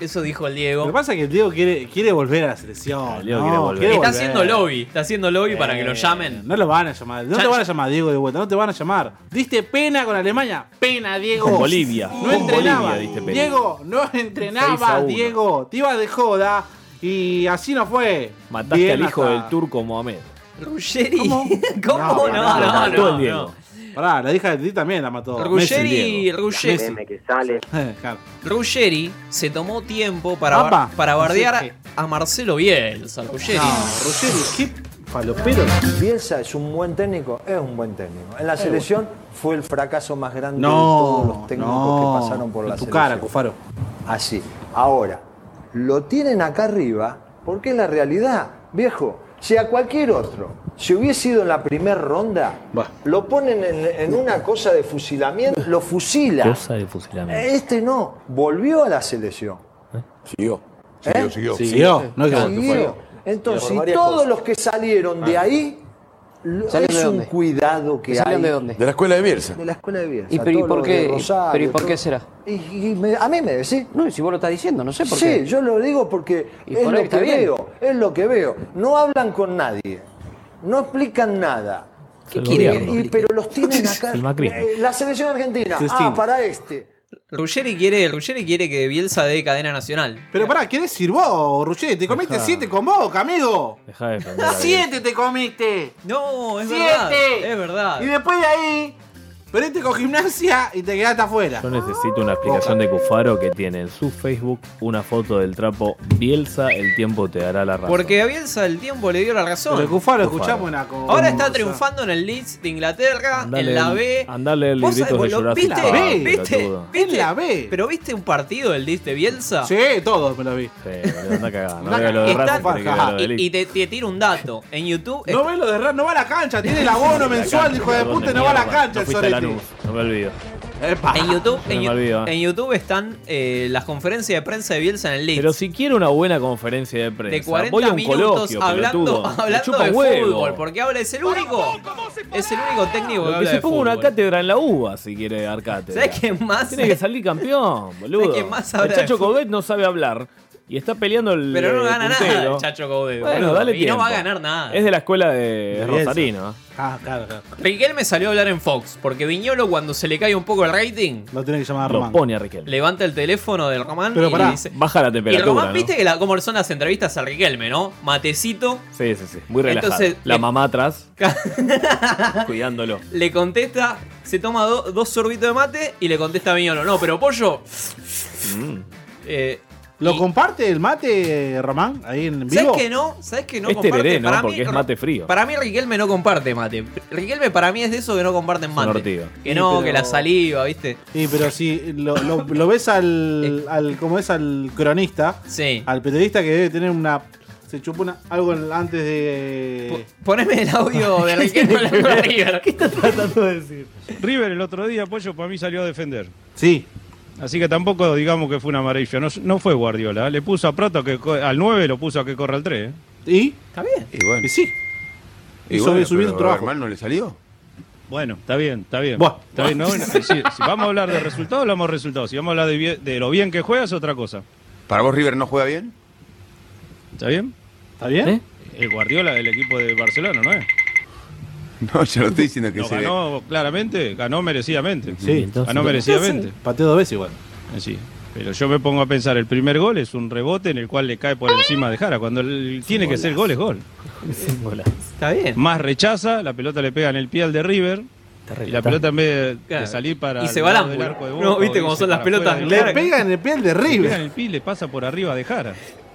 [SPEAKER 4] Eso dijo el Diego.
[SPEAKER 6] Lo que pasa es que el Diego quiere, quiere volver a la
[SPEAKER 7] Ah,
[SPEAKER 6] selección.
[SPEAKER 4] Diego
[SPEAKER 6] no,
[SPEAKER 4] quiere volver.
[SPEAKER 6] quiere
[SPEAKER 4] Está
[SPEAKER 6] volver.
[SPEAKER 4] haciendo lobby, está haciendo lobby para que lo
[SPEAKER 6] Eh,
[SPEAKER 4] llamen.
[SPEAKER 6] No lo van a llamar. No
[SPEAKER 4] Ya-
[SPEAKER 6] te van a llamar, Diego, de vuelta. No te van a llamar. Diste pena con Alemania. Pena, Diego.
[SPEAKER 7] Con Bolivia.
[SPEAKER 6] No
[SPEAKER 7] Con
[SPEAKER 6] entrenaba.
[SPEAKER 7] Bolivia diste pena.
[SPEAKER 6] Diego, no
[SPEAKER 7] Seis a
[SPEAKER 6] entrenaba,
[SPEAKER 7] uno.
[SPEAKER 6] Diego. Te ibas de joda. Y así no fue.
[SPEAKER 7] Mataste
[SPEAKER 6] Bien
[SPEAKER 7] al hijo
[SPEAKER 6] hasta-
[SPEAKER 7] del turco Mohamed.
[SPEAKER 4] Ruggeri. ¿Cómo? No, no,
[SPEAKER 6] pará, lo
[SPEAKER 4] no,
[SPEAKER 6] mató
[SPEAKER 4] no,
[SPEAKER 6] el Diego.
[SPEAKER 4] no.
[SPEAKER 6] Pará, la hija de ti también la mató. Messi,
[SPEAKER 4] Ruggeri,
[SPEAKER 6] Diego.
[SPEAKER 4] Ruggeri,
[SPEAKER 6] Messi. Claro.
[SPEAKER 4] Ruggeri se tomó tiempo para,
[SPEAKER 6] Apa.
[SPEAKER 4] bar- para bardear
[SPEAKER 6] Sí,
[SPEAKER 4] a Marcelo Bielsa. Ruggeri.
[SPEAKER 15] Pero Bielsa es un buen técnico, es un buen técnico. En la
[SPEAKER 6] Es
[SPEAKER 15] selección fue el fracaso más grande de todos
[SPEAKER 6] No,
[SPEAKER 15] los técnicos
[SPEAKER 6] no.
[SPEAKER 15] que pasaron por
[SPEAKER 6] En
[SPEAKER 15] la
[SPEAKER 6] tu
[SPEAKER 15] selección.
[SPEAKER 6] cara, Cufaro.
[SPEAKER 15] Así. Ahora, lo tienen acá arriba porque es la realidad, viejo. Si a cualquier otro, si hubiese ido en la primera ronda, lo ponen en, en una cosa de fusilamiento, lo fusila.
[SPEAKER 7] Cosa de fusilamiento.
[SPEAKER 15] Este no, volvió a la selección.
[SPEAKER 7] Siguió.
[SPEAKER 15] ¿Eh?
[SPEAKER 7] Siguió,
[SPEAKER 6] Siguió, no es que
[SPEAKER 15] Claro,
[SPEAKER 6] se
[SPEAKER 15] siguió.
[SPEAKER 6] fue.
[SPEAKER 15] Entonces,
[SPEAKER 6] Por varias
[SPEAKER 15] todos
[SPEAKER 6] cosas.
[SPEAKER 15] los que salieron de
[SPEAKER 6] Ah.
[SPEAKER 15] ahí, lo- es
[SPEAKER 16] ¿Salieron de
[SPEAKER 15] un
[SPEAKER 16] dónde?
[SPEAKER 15] cuidado que
[SPEAKER 16] ¿Salieron
[SPEAKER 15] hay.
[SPEAKER 16] de dónde?
[SPEAKER 15] De
[SPEAKER 16] la escuela de Bielsa.
[SPEAKER 15] la escuela de Bielsa.
[SPEAKER 16] ¿Y, pero, ¿y
[SPEAKER 15] todos
[SPEAKER 16] por
[SPEAKER 15] los de
[SPEAKER 16] qué,
[SPEAKER 15] Rosario,
[SPEAKER 16] pero, ¿y por qué
[SPEAKER 15] todo-
[SPEAKER 16] será?
[SPEAKER 15] Y, y me- a mí me decís.
[SPEAKER 16] No, y si vos lo estás diciendo, no sé por
[SPEAKER 15] sí,
[SPEAKER 16] qué.
[SPEAKER 15] yo lo digo porque
[SPEAKER 16] Y
[SPEAKER 15] es
[SPEAKER 16] por
[SPEAKER 15] lo
[SPEAKER 16] ahí está
[SPEAKER 15] que
[SPEAKER 16] bien.
[SPEAKER 15] veo, es lo que veo. No hablan con nadie, no explican nada.
[SPEAKER 4] ¿Qué
[SPEAKER 15] Y-
[SPEAKER 4] quiere que
[SPEAKER 15] y-
[SPEAKER 4] lo explique?
[SPEAKER 15] pero los tienen acá.
[SPEAKER 4] El macrismo.
[SPEAKER 15] Eh, la selección argentina.
[SPEAKER 4] Sí, sí.
[SPEAKER 15] Ah, para este.
[SPEAKER 4] Ruggeri quiere, Ruggeri quiere que Bielsa dé cadena nacional.
[SPEAKER 6] Pero pará, ¿qué decir vos, Ruggeri? Te comiste
[SPEAKER 4] Dejá.
[SPEAKER 6] siete con Boca, amigo.
[SPEAKER 7] Deja de defender.
[SPEAKER 6] Siete te comiste.
[SPEAKER 4] No, es
[SPEAKER 6] Siete.
[SPEAKER 4] verdad. Es verdad.
[SPEAKER 6] Y después de ahí, perdiste con gimnasia y te quedaste afuera.
[SPEAKER 7] Yo necesito una explicación de Cufaro que tiene en su Facebook una foto del trapo Bielsa, el tiempo te dará la razón.
[SPEAKER 4] Porque a Bielsa el tiempo le dio la razón.
[SPEAKER 7] Pero Cufaro, escuchamos
[SPEAKER 6] una cosa.
[SPEAKER 4] Ahora está triunfando en el Leeds de Inglaterra, en la B.
[SPEAKER 7] Andale el
[SPEAKER 4] ¿Vos
[SPEAKER 7] grito
[SPEAKER 4] sabés,
[SPEAKER 7] de
[SPEAKER 4] lo-
[SPEAKER 7] Jurassic
[SPEAKER 4] ¿Viste?
[SPEAKER 7] Park,
[SPEAKER 4] ¿Viste?
[SPEAKER 7] pelotudo.
[SPEAKER 4] ¿Viste? ¿Pero viste un partido del Leeds de Bielsa?
[SPEAKER 6] Sí, todos me lo vi.
[SPEAKER 7] Sí, boludo, anda cagada. No
[SPEAKER 4] Está-
[SPEAKER 7] veo lo de Racing, pero que veo lo de
[SPEAKER 4] y,
[SPEAKER 7] Leeds.
[SPEAKER 4] y te, te tiro un dato. En YouTube.
[SPEAKER 6] No ve lo de Ran, no va a la cancha, tiene el abono mensual, hijo de puta, y no va a la cancha,
[SPEAKER 7] no
[SPEAKER 6] el
[SPEAKER 7] fuiste a
[SPEAKER 6] sorete.
[SPEAKER 7] Lanús, no me olvido.
[SPEAKER 4] En YouTube,
[SPEAKER 7] No
[SPEAKER 4] en,
[SPEAKER 7] me
[SPEAKER 4] Yu-
[SPEAKER 7] olvido, eh.
[SPEAKER 4] en YouTube están eh, las conferencias de prensa de Bielsa en el Leeds.
[SPEAKER 7] Pero si quiero una buena conferencia de prensa,
[SPEAKER 4] de 40
[SPEAKER 7] voy a un
[SPEAKER 4] minutos
[SPEAKER 7] coloquio,
[SPEAKER 4] hablando,
[SPEAKER 7] pelotudo. Me
[SPEAKER 4] hablando
[SPEAKER 7] chupa
[SPEAKER 4] de
[SPEAKER 7] huevo.
[SPEAKER 4] fútbol. Porque habla, es el único. Es el único técnico
[SPEAKER 7] Pero
[SPEAKER 4] que
[SPEAKER 7] que
[SPEAKER 4] habla
[SPEAKER 7] se
[SPEAKER 4] de
[SPEAKER 7] ponga
[SPEAKER 4] fútbol.
[SPEAKER 7] una cátedra en la UBA si quiere dar cátedra.
[SPEAKER 4] ¿Sabés qué más?
[SPEAKER 7] Tiene que salir campeón, boludo.
[SPEAKER 4] ¿Sabés qué más habla
[SPEAKER 7] el Chacho
[SPEAKER 4] de fútbol?
[SPEAKER 7] Codet no sabe hablar y está peleando el.
[SPEAKER 4] Pero no
[SPEAKER 7] eh,
[SPEAKER 4] gana nada
[SPEAKER 7] puntero.
[SPEAKER 4] el Chacho Coudet.
[SPEAKER 7] Bueno,
[SPEAKER 4] boludo.
[SPEAKER 7] dale
[SPEAKER 4] y
[SPEAKER 7] tiempo.
[SPEAKER 4] no va a ganar nada.
[SPEAKER 7] Es de la escuela de
[SPEAKER 4] Bielsa.
[SPEAKER 7] Rosarino. ¿eh?
[SPEAKER 6] Ah, claro, claro.
[SPEAKER 4] Riquelme salió a hablar en Fox, porque Viñolo cuando se le cae un poco el rating,
[SPEAKER 6] Lo tiene que llamar a
[SPEAKER 7] Lo
[SPEAKER 6] Román.
[SPEAKER 7] pone a Riquelme.
[SPEAKER 4] levanta el teléfono del Román
[SPEAKER 7] Pero
[SPEAKER 4] y
[SPEAKER 7] pará,
[SPEAKER 4] le dice...
[SPEAKER 7] baja la
[SPEAKER 4] Y
[SPEAKER 7] temperatura.
[SPEAKER 4] Román,
[SPEAKER 7] ¿no?
[SPEAKER 4] viste que la, como son las entrevistas a Riquelme, ¿no? Matecito,
[SPEAKER 7] Sí, sí, sí. Muy relajado.
[SPEAKER 4] Entonces,
[SPEAKER 7] la
[SPEAKER 4] le-
[SPEAKER 7] mamá atrás. cuidándolo.
[SPEAKER 4] le contesta, se toma do- dos sorbitos de mate y le contesta a Viñolo, no, pero pollo...
[SPEAKER 6] Mm.
[SPEAKER 4] eh,
[SPEAKER 6] ¿Lo comparte el mate, Román, ahí en
[SPEAKER 4] ¿Sabes
[SPEAKER 6] vivo?
[SPEAKER 4] que no? ¿Sabes que no
[SPEAKER 6] Es
[SPEAKER 4] comparte?
[SPEAKER 6] tereré, ¿no?
[SPEAKER 4] Para
[SPEAKER 6] Porque
[SPEAKER 4] mí,
[SPEAKER 6] es mate frío.
[SPEAKER 4] Para mí Riquelme no comparte mate. Riquelme para mí es de esos que no comparten
[SPEAKER 7] un
[SPEAKER 4] mate.
[SPEAKER 7] ortigo.
[SPEAKER 4] Que no,
[SPEAKER 6] Sí, pero-
[SPEAKER 4] que la saliva, ¿viste?
[SPEAKER 6] Sí, pero si lo, lo- lo ves al, al. ¿Cómo es? Al cronista.
[SPEAKER 4] Sí.
[SPEAKER 6] Al periodista que debe tener una. Se chupó una, algo en- antes de.
[SPEAKER 4] Poneme el audio de Riquelme hablando de River. ¿Qué estás
[SPEAKER 17] tratando de decir? River el otro día, Pollo, para mí salió a defender.
[SPEAKER 6] Sí.
[SPEAKER 17] Así que tampoco digamos que fue una maravilla. No, no fue Guardiola. ¿eh? Le puso a Prato que co- al 9 lo puso a que corra al 3. ¿eh?
[SPEAKER 6] ¿Y?
[SPEAKER 4] Está bien.
[SPEAKER 17] Y bueno. sí.
[SPEAKER 6] Y Hizo bueno, subir pero el trabajo.
[SPEAKER 17] ¿Mal no le salió? Bueno, está bien, está bien.
[SPEAKER 6] Buah.
[SPEAKER 17] Está bien, no, bueno, sí, si, vamos a hablar de resultados, hablamos de resultados. Si vamos a hablar de, bien- de lo bien que juega, es otra cosa.
[SPEAKER 18] ¿Para vos River no juega bien?
[SPEAKER 17] ¿Está bien?
[SPEAKER 6] ¿Está bien?
[SPEAKER 17] El Guardiola del equipo de Barcelona, ¿no es?
[SPEAKER 18] No, yo no estoy diciendo que
[SPEAKER 17] No,
[SPEAKER 18] se
[SPEAKER 17] ganó claramente, ganó merecidamente.
[SPEAKER 6] Sí, entonces-
[SPEAKER 17] ganó Ah, merecidamente.
[SPEAKER 6] Sí. Pateó dos veces igual.
[SPEAKER 17] Sí. Pero yo me pongo a pensar, el primer gol es un rebote en el cual le cae por encima de Jara. Cuando el- tiene que ser gol, es gol.
[SPEAKER 4] Está bien.
[SPEAKER 17] Más rechaza, la pelota le pega en el pie al de River. Y la pelota en vez de- de,
[SPEAKER 4] Claro.
[SPEAKER 17] salir para
[SPEAKER 4] Y se
[SPEAKER 17] el
[SPEAKER 4] va al
[SPEAKER 17] lado del
[SPEAKER 4] ángulo.
[SPEAKER 17] arco de
[SPEAKER 4] No,
[SPEAKER 17] Boca o
[SPEAKER 4] viste cómo
[SPEAKER 17] irse
[SPEAKER 4] son las
[SPEAKER 17] para
[SPEAKER 4] pelotas
[SPEAKER 17] afuera.
[SPEAKER 4] en el Le arco. pega en
[SPEAKER 6] el pie al
[SPEAKER 4] de River.
[SPEAKER 17] Le pega en el pie y le pasa por arriba de Jara.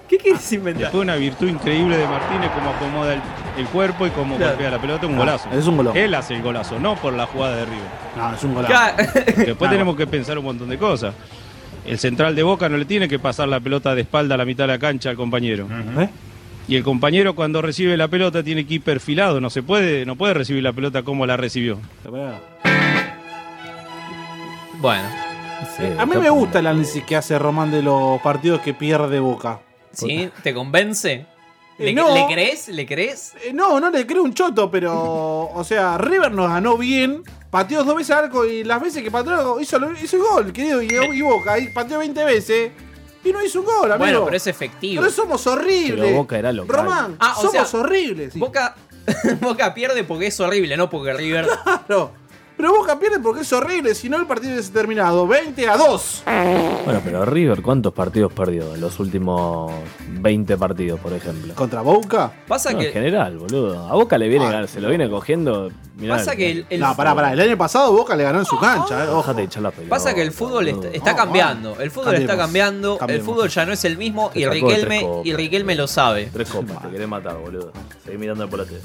[SPEAKER 4] ¿Qué quieres inventar?
[SPEAKER 17] Fue una virtud increíble de Martínez como acomoda el, el cuerpo y como
[SPEAKER 4] Claro.
[SPEAKER 17] golpea la pelota, un
[SPEAKER 6] Ah,
[SPEAKER 17] golazo.
[SPEAKER 6] es un golazo.
[SPEAKER 17] Él hace el golazo, no por la jugada de River.
[SPEAKER 6] No, es un
[SPEAKER 4] Claro.
[SPEAKER 17] Después tenemos que pensar un montón de cosas. El central de Boca no le tiene que pasar la pelota de espalda a la mitad de la cancha al compañero.
[SPEAKER 6] ¿Eh?
[SPEAKER 17] Y el compañero cuando recibe la pelota tiene que ir perfilado, no se puede, no puede recibir la pelota como la recibió.
[SPEAKER 4] Bueno.
[SPEAKER 6] a mí me gusta el análisis que hace Román de los partidos que pierde Boca.
[SPEAKER 4] ¿Sí? ¿Te convence? ¿Le,
[SPEAKER 6] Eh, no.
[SPEAKER 4] le crees? ¿Le crees?
[SPEAKER 6] Eh, No, no le creo un choto, pero. O sea, River nos ganó bien. Pateó dos veces al arco y las veces que pateó hizo, lo- hizo el gol, querido. Y, y Boca, y pateó 20 veces. Y no hizo un gol, amigo.
[SPEAKER 4] Bueno, pero es efectivo.
[SPEAKER 6] Pero somos horribles.
[SPEAKER 7] Pero Boca era local.
[SPEAKER 6] Román,
[SPEAKER 4] Ah, o
[SPEAKER 6] somos
[SPEAKER 4] sea,
[SPEAKER 6] horribles.
[SPEAKER 4] Boca, Boca pierde porque es horrible, no porque River.
[SPEAKER 6] Claro. Pero Boca pierde porque es horrible, si no el partido hubiese terminado 20 a 2.
[SPEAKER 7] Bueno, pero River, ¿cuántos partidos perdió en los últimos 20 partidos, por ejemplo?
[SPEAKER 6] ¿Contra Boca? Ah,
[SPEAKER 4] Pasa
[SPEAKER 7] No,
[SPEAKER 4] que-
[SPEAKER 7] En general, boludo. A Boca le viene, se lo viene cogiendo. Mirá,
[SPEAKER 4] Pasa que el- el-
[SPEAKER 6] no, pará, pará. El año pasado Boca le ganó en su cancha, eh. Ojo.
[SPEAKER 4] Pasa que el fútbol est- está cambiando. El fútbol está
[SPEAKER 6] Cambiemos.
[SPEAKER 4] cambiando.
[SPEAKER 6] Cambiemos.
[SPEAKER 4] El fútbol ya no es el mismo.
[SPEAKER 7] Te
[SPEAKER 4] Y
[SPEAKER 7] sacó de tres
[SPEAKER 4] Riquelme,
[SPEAKER 7] copas.
[SPEAKER 4] y Riquelme lo sabe.
[SPEAKER 7] Tres copas, te querés matar, boludo. Seguí mirando por la tele.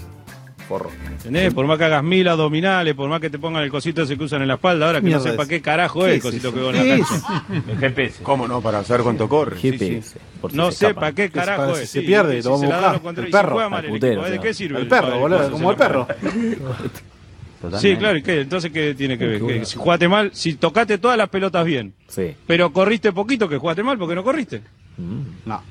[SPEAKER 7] Forro.
[SPEAKER 17] ¿Entendés? Por más que hagas mil abdominales, por más que te pongan el cosito ese que usan en la espalda, ahora que
[SPEAKER 18] Mierda
[SPEAKER 17] no sepa
[SPEAKER 18] es.
[SPEAKER 17] qué carajo es el
[SPEAKER 18] ¿Qué es
[SPEAKER 17] cosito
[SPEAKER 18] eso?
[SPEAKER 17] que veo
[SPEAKER 18] ¿Qué
[SPEAKER 17] en la
[SPEAKER 18] es?
[SPEAKER 17] cancha.
[SPEAKER 18] El GPS. ¿Cómo no? Para saber cuánto corre.
[SPEAKER 7] GPS. Por si
[SPEAKER 17] No
[SPEAKER 7] se
[SPEAKER 17] sé
[SPEAKER 7] escapa.
[SPEAKER 17] para qué carajo
[SPEAKER 6] si
[SPEAKER 17] es.
[SPEAKER 6] se
[SPEAKER 17] sí,
[SPEAKER 6] pierde,
[SPEAKER 17] y
[SPEAKER 6] lo vamos
[SPEAKER 17] se
[SPEAKER 6] a
[SPEAKER 17] la dan
[SPEAKER 6] buscar.
[SPEAKER 17] los contra-
[SPEAKER 6] El
[SPEAKER 17] y se
[SPEAKER 6] perro.
[SPEAKER 17] juega mal
[SPEAKER 6] Al
[SPEAKER 17] el
[SPEAKER 6] putero,
[SPEAKER 17] equipo, ¿eh? ¿De
[SPEAKER 6] se
[SPEAKER 17] qué
[SPEAKER 6] llama.
[SPEAKER 17] sirve?
[SPEAKER 6] El perro,
[SPEAKER 17] padre?
[SPEAKER 6] boludo,
[SPEAKER 17] ¿Cuándo se
[SPEAKER 6] como
[SPEAKER 17] lo
[SPEAKER 6] el perro.
[SPEAKER 17] juega? Sí,
[SPEAKER 7] Totalmente.
[SPEAKER 17] claro, ¿y qué? Entonces, ¿qué tiene que ver? Que si jugaste mal, si tocaste todas las pelotas bien,
[SPEAKER 7] Sí. Mm.
[SPEAKER 17] pero corriste poquito, que jugaste mal porque no corriste.
[SPEAKER 6] No.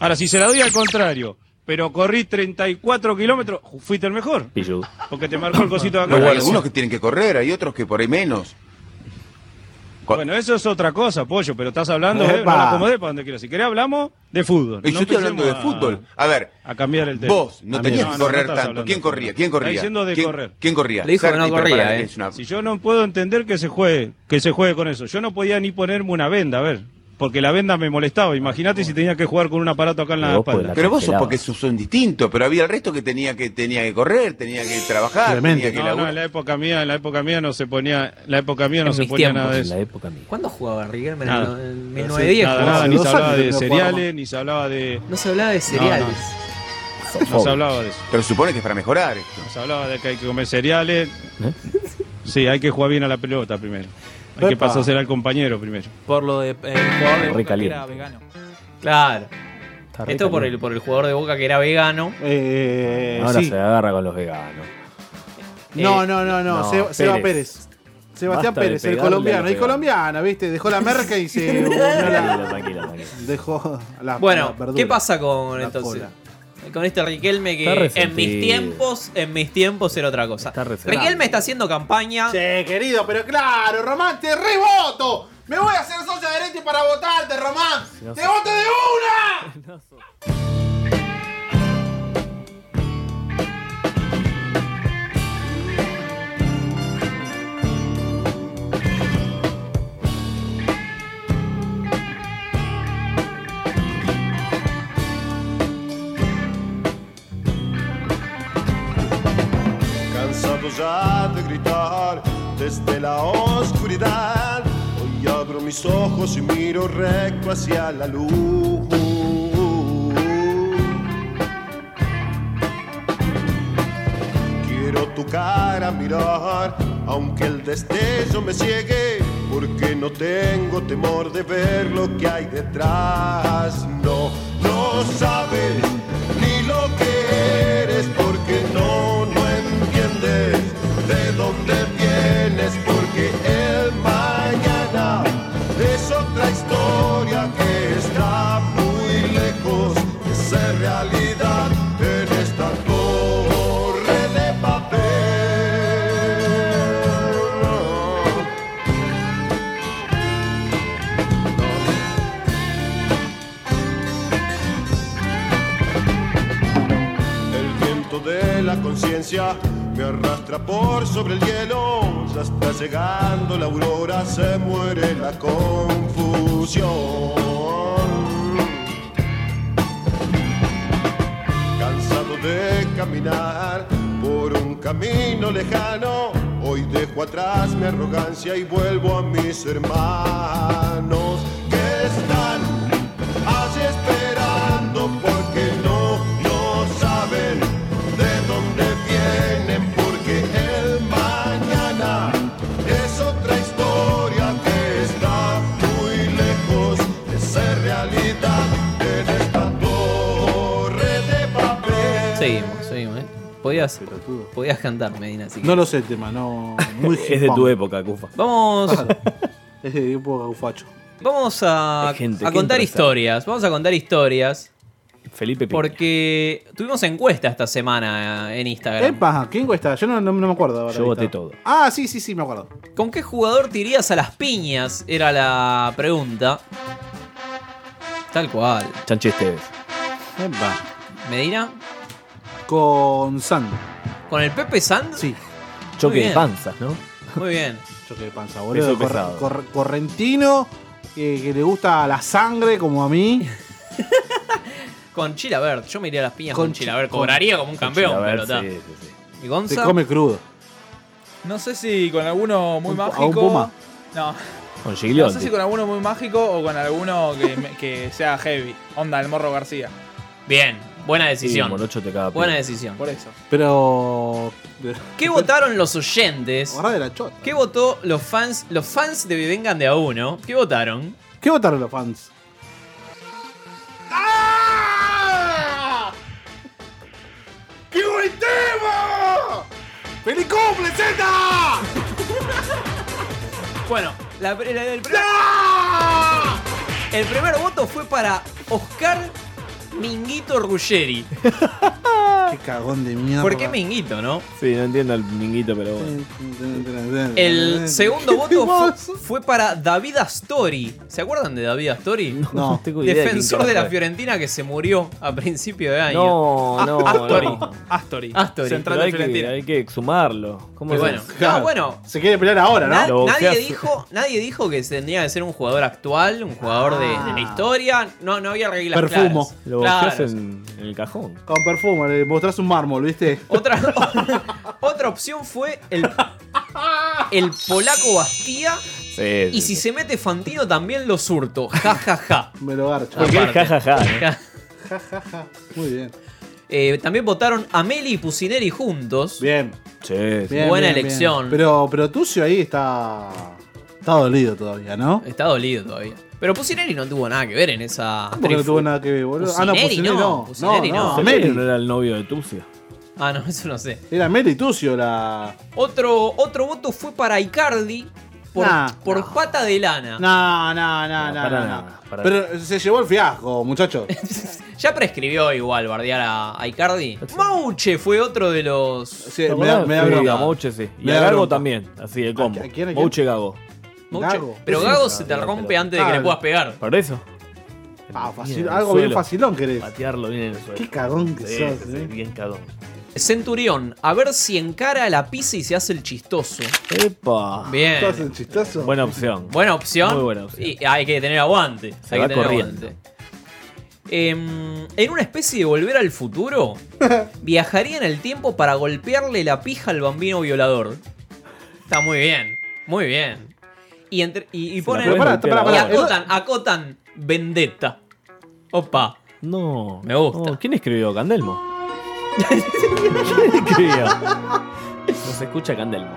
[SPEAKER 17] Ahora, si se la doy al contrario, pero corrí 34 kilómetros, fuiste el mejor.
[SPEAKER 7] Pillu.
[SPEAKER 17] Porque te marcó el cosito de acá.
[SPEAKER 18] hay algunos que tienen que correr, hay otros que por ahí menos.
[SPEAKER 17] Bueno, eso es otra cosa, pollo, pero estás hablando, eh, no
[SPEAKER 18] Epa.
[SPEAKER 17] la acomodé para donde quieras. Si querés hablamos de fútbol.
[SPEAKER 18] Y
[SPEAKER 17] No
[SPEAKER 18] yo estoy hablando de
[SPEAKER 17] empecemos a-
[SPEAKER 18] fútbol. A ver.
[SPEAKER 17] A cambiar el tema.
[SPEAKER 18] Vos no
[SPEAKER 17] A mí
[SPEAKER 18] tenías
[SPEAKER 17] no,
[SPEAKER 18] que
[SPEAKER 17] no, no
[SPEAKER 18] correr
[SPEAKER 17] estás
[SPEAKER 18] tanto.
[SPEAKER 17] hablando
[SPEAKER 18] ¿Quién
[SPEAKER 17] de
[SPEAKER 18] corría?
[SPEAKER 17] fútbol.
[SPEAKER 18] ¿Quién corría?
[SPEAKER 17] Está diciendo de
[SPEAKER 18] ¿Quién,
[SPEAKER 17] correr.
[SPEAKER 18] ¿Quién corría?
[SPEAKER 17] Le dijo que no
[SPEAKER 18] Sarti, pero
[SPEAKER 17] corría,
[SPEAKER 18] pará,
[SPEAKER 17] eh.
[SPEAKER 18] es una-
[SPEAKER 17] Si yo no puedo entender que se juegue, que se juegue con eso. Yo no podía ni ponerme una venda, a ver. Porque la venda me molestaba. Imagínate si tenía que jugar con un aparato acá en la espalda.
[SPEAKER 18] Pero vos sos porque sos un distinto, pero había el resto que tenía que tenía que correr, tenía que trabajar, tenía que
[SPEAKER 17] No, no,
[SPEAKER 18] laburar.
[SPEAKER 17] en la época mía, en la época mía no se ponía, en la época mía no
[SPEAKER 4] En
[SPEAKER 17] se
[SPEAKER 4] mis
[SPEAKER 17] ponía
[SPEAKER 4] tiempos,
[SPEAKER 17] nada de
[SPEAKER 4] en
[SPEAKER 17] eso.
[SPEAKER 4] la época mía. ¿Cuándo jugaba Riquelme? En el-
[SPEAKER 17] Nada.
[SPEAKER 4] en 1910.
[SPEAKER 17] Nada,
[SPEAKER 4] jugaba.
[SPEAKER 17] nada, ni se hablaba de cereales, ni se hablaba de.
[SPEAKER 4] No se hablaba de
[SPEAKER 17] No,
[SPEAKER 4] cereales.
[SPEAKER 17] no se hablaba de eso.
[SPEAKER 18] Pero supone que es para mejorar esto.
[SPEAKER 17] No se hablaba de que hay que comer cereales.
[SPEAKER 4] ¿Eh?
[SPEAKER 17] Sí, hay que jugar bien a la pelota primero. Hay que
[SPEAKER 8] Epa.
[SPEAKER 17] pasarse al compañero primero.
[SPEAKER 8] Por lo de eh, el jugador de Boca que
[SPEAKER 17] Recaliente.
[SPEAKER 8] era vegano.
[SPEAKER 4] Claro.
[SPEAKER 7] re
[SPEAKER 4] Esto por el, por el jugador de Boca que era vegano.
[SPEAKER 8] Eh,
[SPEAKER 6] Eh,
[SPEAKER 7] Ahora
[SPEAKER 4] sí.
[SPEAKER 7] se agarra con los veganos.
[SPEAKER 6] No,
[SPEAKER 4] Eh,
[SPEAKER 6] no, no, no. Se- Seba Pérez. Sebastián
[SPEAKER 7] Basta de
[SPEAKER 6] Pérez, el
[SPEAKER 7] pegarle
[SPEAKER 6] colombiano.
[SPEAKER 7] a
[SPEAKER 6] Y
[SPEAKER 7] la
[SPEAKER 6] colombiana, ¿viste? Dejó la merca y se unió
[SPEAKER 7] Tranquilo,
[SPEAKER 6] la.
[SPEAKER 7] tranquilo, tranquilo.
[SPEAKER 6] Dejó la.
[SPEAKER 4] Bueno,
[SPEAKER 6] la verdura.
[SPEAKER 4] ¿qué pasa con entonces? Con este Riquelme
[SPEAKER 6] Está
[SPEAKER 4] que en
[SPEAKER 6] resentido.
[SPEAKER 4] mis tiempos, en mis tiempos era otra cosa. Riquelme está haciendo campaña.
[SPEAKER 6] Sí, querido, pero claro, Román, te reboto. Me voy a hacer socio adherente para votarte, Román.
[SPEAKER 7] no
[SPEAKER 6] ¡Te
[SPEAKER 7] sé.
[SPEAKER 6] voto de una!
[SPEAKER 16] Cansado ya de gritar desde la oscuridad, hoy abro mis ojos y miro recto hacia la luz. Quiero tu cara mirar, aunque el destello me ciegue, porque no tengo temor de ver lo que hay detrás. No, no sabes ni lo que eres, porque no, no entiendes de dónde vienes, porque el mañana es otra historia que está muy lejos de ser realidad en esta torre de papel. El viento de la conciencia me arrastra por sobre el hielo. Ya está llegando la aurora, se muere la confusión. Cansado de caminar por un camino lejano, hoy dejo atrás mi arrogancia y vuelvo a mis hermanos que están allí esperando porque no, no saben de dónde vienen, porque el mañana es otra historia que está muy lejos de ser realidad en esta torre de papel.
[SPEAKER 4] Seguimos, seguimos, eh. Podías, podías cantar, Medina, así que-
[SPEAKER 6] No lo sé el tema, no. Muy
[SPEAKER 4] Es de tu
[SPEAKER 7] época, Cufa.
[SPEAKER 4] Vamos.
[SPEAKER 6] es de época, Cufacho.
[SPEAKER 4] Vamos a,
[SPEAKER 6] gente,
[SPEAKER 4] a
[SPEAKER 6] qué
[SPEAKER 4] contar
[SPEAKER 6] interesante.
[SPEAKER 4] historias. Vamos a contar historias.
[SPEAKER 7] Felipe
[SPEAKER 4] Porque tuvimos encuesta esta semana eh, en Instagram.
[SPEAKER 6] Epa, ¿qué encuesta? Yo no, no- no me acuerdo. ahora
[SPEAKER 4] Yo voté
[SPEAKER 6] ahorita.
[SPEAKER 4] todo.
[SPEAKER 6] Ah, sí, sí, sí, me acuerdo.
[SPEAKER 4] ¿Con qué jugador te irías a las piñas? Era la pregunta. Tal cual.
[SPEAKER 7] Chanchi Esteves.
[SPEAKER 4] ¿Medina?
[SPEAKER 6] Con Sand.
[SPEAKER 4] ¿Con el Pepe Sand?
[SPEAKER 6] Sí.
[SPEAKER 4] Choque de
[SPEAKER 7] panzas, ¿no?
[SPEAKER 4] Muy bien.
[SPEAKER 6] Choque de panza, Boludo, cor- cor- correntino, eh, que le gusta la sangre como a mí.
[SPEAKER 4] Con Chilabert. Yo me iría a las piñas con,
[SPEAKER 6] Con
[SPEAKER 4] Chilabert.
[SPEAKER 6] Chi-
[SPEAKER 4] Cobraría
[SPEAKER 6] con-
[SPEAKER 4] como un
[SPEAKER 6] con
[SPEAKER 4] campeón,
[SPEAKER 6] Chilabert,
[SPEAKER 4] pero
[SPEAKER 6] sí,
[SPEAKER 4] está. ¿Y Gonza?
[SPEAKER 6] crudo.
[SPEAKER 8] No sé si con alguno muy
[SPEAKER 6] a un
[SPEAKER 8] mágico.
[SPEAKER 6] puma.
[SPEAKER 8] No.
[SPEAKER 7] Con
[SPEAKER 8] No
[SPEAKER 7] Gigliotti.
[SPEAKER 8] sé si con alguno muy mágico o con alguno que, me- que sea heavy. Onda, el morro García.
[SPEAKER 4] Bien. Buena decisión.
[SPEAKER 7] Sí, Morocho te caga a
[SPEAKER 4] Buena
[SPEAKER 7] piña.
[SPEAKER 4] decisión.
[SPEAKER 8] Por eso.
[SPEAKER 6] Pero.
[SPEAKER 4] ¿Qué votaron los oyentes?
[SPEAKER 6] de la chota.
[SPEAKER 4] ¿Qué votó los fans? Los fans de Vengan de a uno. ¿Qué votaron?
[SPEAKER 6] ¿Qué votaron los fans? ¡Ah!
[SPEAKER 2] ¡Qué buen tema! ¡Feliz cumple, Z!
[SPEAKER 4] Bueno, la, pre- la- el, primer, el primer voto fue para Oscar Minguito Ruggeri.
[SPEAKER 6] Qué cagón de mierda.
[SPEAKER 4] ¿Por qué Minguito, no?
[SPEAKER 7] Sí, no entiendo el minguito, pero bueno.
[SPEAKER 4] El segundo voto fu- fue para David Astori. ¿Se acuerdan de David Astori?
[SPEAKER 6] No,
[SPEAKER 7] tengo idea de quién
[SPEAKER 4] Defensor de la
[SPEAKER 7] carajo es.
[SPEAKER 4] Fiorentina que se murió a principio de año. Ah,
[SPEAKER 7] No, no,
[SPEAKER 4] Astori.
[SPEAKER 7] no.
[SPEAKER 8] Astori.
[SPEAKER 4] Astori.
[SPEAKER 7] Pero hay, que, hay que exhumarlo. ¿Cómo
[SPEAKER 4] Y
[SPEAKER 7] es
[SPEAKER 4] bueno,
[SPEAKER 7] eso?
[SPEAKER 4] no, bueno.
[SPEAKER 6] Se quiere pelear ahora,
[SPEAKER 4] Na-
[SPEAKER 7] Lo
[SPEAKER 4] nadie,
[SPEAKER 7] boxeas.
[SPEAKER 4] dijo, nadie dijo que tendría que ser un jugador actual, un jugador de, de la historia. No, no había reglas
[SPEAKER 6] Ah. Perfumo.
[SPEAKER 4] claras.
[SPEAKER 7] Lo
[SPEAKER 4] Claro.
[SPEAKER 7] boxeas en, en el cajón.
[SPEAKER 6] Con perfume, le mostrás un mármol, ¿viste?
[SPEAKER 4] Otra opción fue el, el polaco Bastía.
[SPEAKER 7] Sí.
[SPEAKER 4] Y si se mete Fantino también lo surto. Ja, ja, ja.
[SPEAKER 6] Me lo garcho.
[SPEAKER 4] Por
[SPEAKER 6] Porque es
[SPEAKER 4] parte.
[SPEAKER 6] jajaja, ¿no?
[SPEAKER 4] Ja.
[SPEAKER 6] Muy bien.
[SPEAKER 4] Eh, también votaron Ameli y Pusineri juntos.
[SPEAKER 6] Bien.
[SPEAKER 4] Buena
[SPEAKER 6] Bien, bien, bien.
[SPEAKER 4] elección.
[SPEAKER 6] Pero, pero Tucio ahí está. Está dolido todavía, ¿no?
[SPEAKER 4] Está dolido todavía. Pero Pusineri no tuvo nada que ver en esa.
[SPEAKER 6] Porque no
[SPEAKER 4] trif-
[SPEAKER 6] tuvo nada que ver, boludo. Ah, no,
[SPEAKER 4] Pusineri
[SPEAKER 6] Pusineri no.
[SPEAKER 4] Pusineri
[SPEAKER 6] No, no,
[SPEAKER 4] no.
[SPEAKER 6] Ameli.
[SPEAKER 7] no era el novio de Tucio.
[SPEAKER 4] Ah, no, eso no sé.
[SPEAKER 6] Era Meli Tucio la.
[SPEAKER 4] Otro, otro voto fue para Icardi por,
[SPEAKER 6] Nah.
[SPEAKER 4] por pata de lana.
[SPEAKER 6] No, no, no, no,
[SPEAKER 4] para
[SPEAKER 6] no,
[SPEAKER 4] nada,
[SPEAKER 6] no.
[SPEAKER 4] para
[SPEAKER 6] Pero se llevó el fiasco, muchachos.
[SPEAKER 4] Ya prescribió igual bardear a, a Icardi. Mauche fue otro de los.
[SPEAKER 6] Eh, me da- me da
[SPEAKER 7] Sí,
[SPEAKER 6] bronca.
[SPEAKER 7] a Mouche sí. Y
[SPEAKER 6] Me
[SPEAKER 7] a
[SPEAKER 6] da
[SPEAKER 7] Gago
[SPEAKER 6] bronca.
[SPEAKER 7] también. Así, el combo.
[SPEAKER 6] ¿A quién, a quién?
[SPEAKER 7] Mouche Gago.
[SPEAKER 4] Mauche.
[SPEAKER 6] Gago.
[SPEAKER 4] Pero
[SPEAKER 6] Sí,
[SPEAKER 4] Gago
[SPEAKER 6] sí,
[SPEAKER 4] se
[SPEAKER 6] no,
[SPEAKER 4] te
[SPEAKER 6] no,
[SPEAKER 4] rompe
[SPEAKER 6] pero-
[SPEAKER 4] antes de que
[SPEAKER 6] Ah,
[SPEAKER 4] le puedas pegar.
[SPEAKER 7] ¿Por eso?
[SPEAKER 6] Ah, fácil-
[SPEAKER 7] Bien,
[SPEAKER 6] algo
[SPEAKER 7] suelo.
[SPEAKER 6] bien facilón querés.
[SPEAKER 7] Patearlo bien en el suelo.
[SPEAKER 6] Qué cagón que
[SPEAKER 7] Sí,
[SPEAKER 6] sos,
[SPEAKER 7] sí,
[SPEAKER 6] eh.
[SPEAKER 7] Bien cagón.
[SPEAKER 4] Centurión, a ver si encara la pizza y se hace el chistoso.
[SPEAKER 7] Epa.
[SPEAKER 4] Bien.
[SPEAKER 6] ¿Estás en chistoso?
[SPEAKER 7] Buena opción.
[SPEAKER 4] Buena opción.
[SPEAKER 7] Muy buena opción.
[SPEAKER 4] Y hay que tener aguante.
[SPEAKER 7] Se
[SPEAKER 4] hay
[SPEAKER 7] va
[SPEAKER 4] que tener
[SPEAKER 7] corriendo.
[SPEAKER 4] aguante. Em, en una especie de volver al futuro, viajaría en el tiempo para golpearle la pija al bambino violador. Está muy bien, muy bien. Y, entre, y, y ponen-
[SPEAKER 6] puedes Pero pará, golpear pará, ahora.
[SPEAKER 4] y
[SPEAKER 6] pará.
[SPEAKER 4] acotan, acotan vendetta. Opa.
[SPEAKER 7] No.
[SPEAKER 4] Me gusta.
[SPEAKER 7] No, ¿Quién escribió? ¿Candelmo? ¿Quién escribió? Nos escucha Candelmo.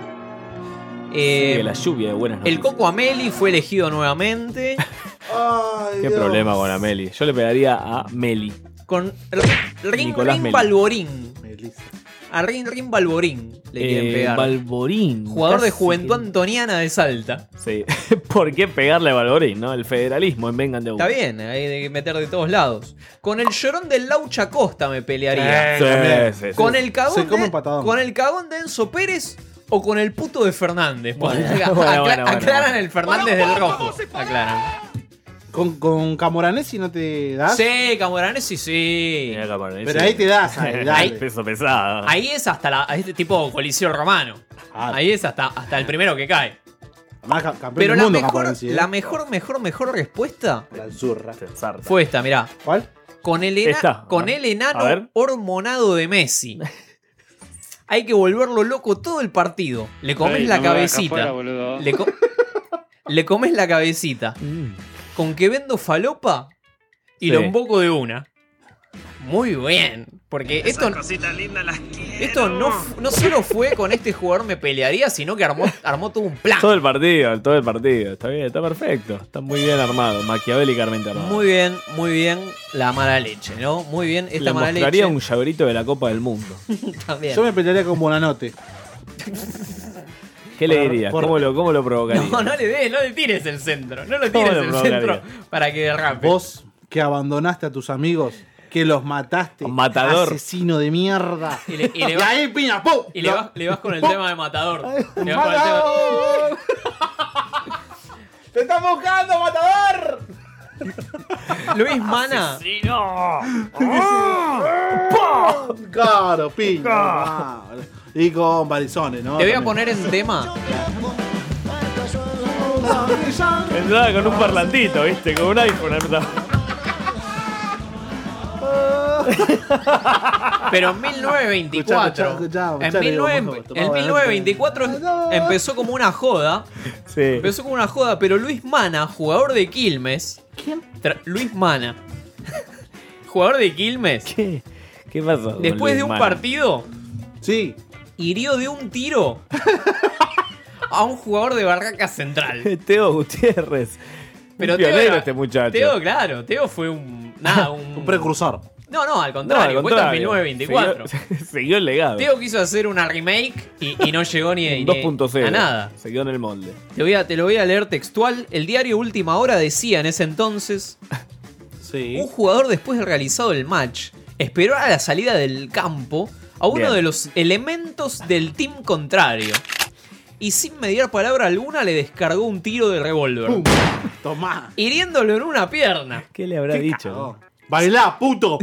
[SPEAKER 4] Em,
[SPEAKER 7] Sigue la lluvia de buenas
[SPEAKER 4] el
[SPEAKER 7] noticias.
[SPEAKER 4] Coco Ameli fue elegido nuevamente.
[SPEAKER 6] Ay,
[SPEAKER 7] Qué
[SPEAKER 6] Dios.
[SPEAKER 7] problema con Ameli. Yo le pegaría a Meli.
[SPEAKER 4] Con Rin
[SPEAKER 7] Nicolás
[SPEAKER 4] Rin
[SPEAKER 7] Meli.
[SPEAKER 4] Balborín. A Rin Rin Balborín le quieren
[SPEAKER 7] Eh,
[SPEAKER 4] pegar.
[SPEAKER 7] Balborín.
[SPEAKER 4] Jugador de
[SPEAKER 7] Casi
[SPEAKER 4] Juventud Antoniana de Salta.
[SPEAKER 7] Sí. ¿Por qué pegarle a Balborín, no? El federalismo en Vengan de Uno.
[SPEAKER 4] Está bien, hay de meter de todos lados. Con el llorón del Laucha Costa me
[SPEAKER 7] Sí,
[SPEAKER 4] pelearía.
[SPEAKER 7] sí, sí.
[SPEAKER 4] Con el
[SPEAKER 6] Se
[SPEAKER 4] cagón
[SPEAKER 6] come
[SPEAKER 4] de,
[SPEAKER 6] empatadón.
[SPEAKER 4] con el cagón de Enzo Pérez o con el puto de Fernández. pues.
[SPEAKER 6] Bueno,
[SPEAKER 4] Acla-
[SPEAKER 6] bueno, bueno, bueno.
[SPEAKER 4] aclaran el Fernández del Rojo. Aclaran.
[SPEAKER 6] Con, con Camoranesi no te das.
[SPEAKER 4] Sí, Camoranesi sí.
[SPEAKER 6] Pero ahí te das, ahí, dale.
[SPEAKER 4] Ahí-
[SPEAKER 7] Peso pesado.
[SPEAKER 4] Ahí es hasta la, este tipo coliseo romano. Ahí es hasta, hasta el primero que cae.
[SPEAKER 6] Además, Ah. ca- campeón
[SPEAKER 4] Pero
[SPEAKER 6] del
[SPEAKER 4] la
[SPEAKER 6] mundo
[SPEAKER 4] mejor,
[SPEAKER 6] Camoranesi. ¿eh?
[SPEAKER 4] la mejor, mejor, mejor respuesta
[SPEAKER 6] La zurra.
[SPEAKER 4] fue esta, mirá.
[SPEAKER 6] ¿Cuál?
[SPEAKER 4] Con el, ena-
[SPEAKER 7] Esta.
[SPEAKER 4] con
[SPEAKER 7] Ah.
[SPEAKER 4] el
[SPEAKER 7] A
[SPEAKER 4] enano
[SPEAKER 7] ver.
[SPEAKER 4] hormonado de Messi. Hay que volverlo loco todo el partido. Le comes
[SPEAKER 19] Ey,
[SPEAKER 4] la
[SPEAKER 19] no me dejas
[SPEAKER 4] cabecita.
[SPEAKER 19] fuera, boludo.
[SPEAKER 4] le, co- le comes la cabecita. Con que vendo falopa y
[SPEAKER 7] Mm. Sí.
[SPEAKER 4] lo emboco de una. Muy bien. Porque esto, esto no, fu- no solo fue con este jugador me pelearía, sino que armó, armó todo un plan.
[SPEAKER 7] Todo el partido, todo el partido. Está bien, está perfecto. Está muy bien armado, maquiavélicamente armado.
[SPEAKER 4] Muy bien, muy bien la mala leche, ¿no? Muy bien esta
[SPEAKER 7] Le
[SPEAKER 4] mala
[SPEAKER 7] mostraría
[SPEAKER 4] leche.
[SPEAKER 7] un llaverito de la Copa del Mundo.
[SPEAKER 4] También.
[SPEAKER 6] Yo me pelearía con Bonanote.
[SPEAKER 7] ¿Qué le dirías?
[SPEAKER 6] por-
[SPEAKER 7] ¿Cómo lo, cómo lo provocaría?
[SPEAKER 4] No, no le des, no le tires el centro. No
[SPEAKER 7] ¿Cómo
[SPEAKER 4] lo tires
[SPEAKER 7] lo
[SPEAKER 4] el
[SPEAKER 7] provocaría?
[SPEAKER 4] centro para que derrape.
[SPEAKER 6] Vos que abandonaste a tus amigos, que los mataste.
[SPEAKER 7] Matador.
[SPEAKER 6] Asesino de mierda.
[SPEAKER 4] Y, le, y le
[SPEAKER 6] Y
[SPEAKER 4] vas,
[SPEAKER 6] ahí piña, ¡pum!
[SPEAKER 4] y le vas- le vas con el tema de matador. Le vas con el tema-
[SPEAKER 6] ¡Matador! ¡Te están buscando, matador!
[SPEAKER 4] Luis Mana.
[SPEAKER 6] Claro, piña. claro. Y con barizones, ¿no?
[SPEAKER 4] Te voy a poner en tema.
[SPEAKER 7] Entraba con un parlantito, viste, con un iPhone. andaba.
[SPEAKER 4] Pero en 1924.
[SPEAKER 6] Escuchá, escuchá,
[SPEAKER 4] en
[SPEAKER 6] escuchá,
[SPEAKER 4] 19
[SPEAKER 6] Diego, por favor,
[SPEAKER 4] en
[SPEAKER 6] tomá,
[SPEAKER 4] 1924 empezó como una joda. Empezó como una joda, pero Luis Mana, jugador de Quilmes. ¿Quién? Luis Mana. jugador de Quilmes. ¿Qué?
[SPEAKER 7] ¿Qué pasó? con
[SPEAKER 4] Después
[SPEAKER 7] Luis
[SPEAKER 4] de un
[SPEAKER 7] Mana?
[SPEAKER 4] partido. Sí. Hirió de un tiro a un jugador de Barracas Central.
[SPEAKER 7] Teo Gutiérrez.
[SPEAKER 4] Pero
[SPEAKER 7] un
[SPEAKER 4] Teo
[SPEAKER 7] pionero
[SPEAKER 4] era-
[SPEAKER 7] este muchacho.
[SPEAKER 4] Teo, claro, Teo fue un. Nada, un.
[SPEAKER 6] precursor.
[SPEAKER 4] No, no, al contrario, fue en 1924.
[SPEAKER 7] Siguió, siguió el legado.
[SPEAKER 4] Teo quiso hacer una remake y, y no llegó ni,
[SPEAKER 7] Un
[SPEAKER 4] ni
[SPEAKER 7] 2.0.
[SPEAKER 4] a nada.
[SPEAKER 7] Se quedó en el molde.
[SPEAKER 4] Te, voy a- te lo voy a leer textual. El diario Última Hora decía en ese entonces: Un jugador, después de realizado el match, esperó a la salida del campo a uno
[SPEAKER 7] Bien.
[SPEAKER 4] de los elementos del team contrario. Y sin mediar palabra alguna le descargó un tiro de revólver.
[SPEAKER 6] Tomá.
[SPEAKER 4] Hiriéndolo en una pierna.
[SPEAKER 7] ¿Qué le habrá dicho?
[SPEAKER 6] Bailá, puto.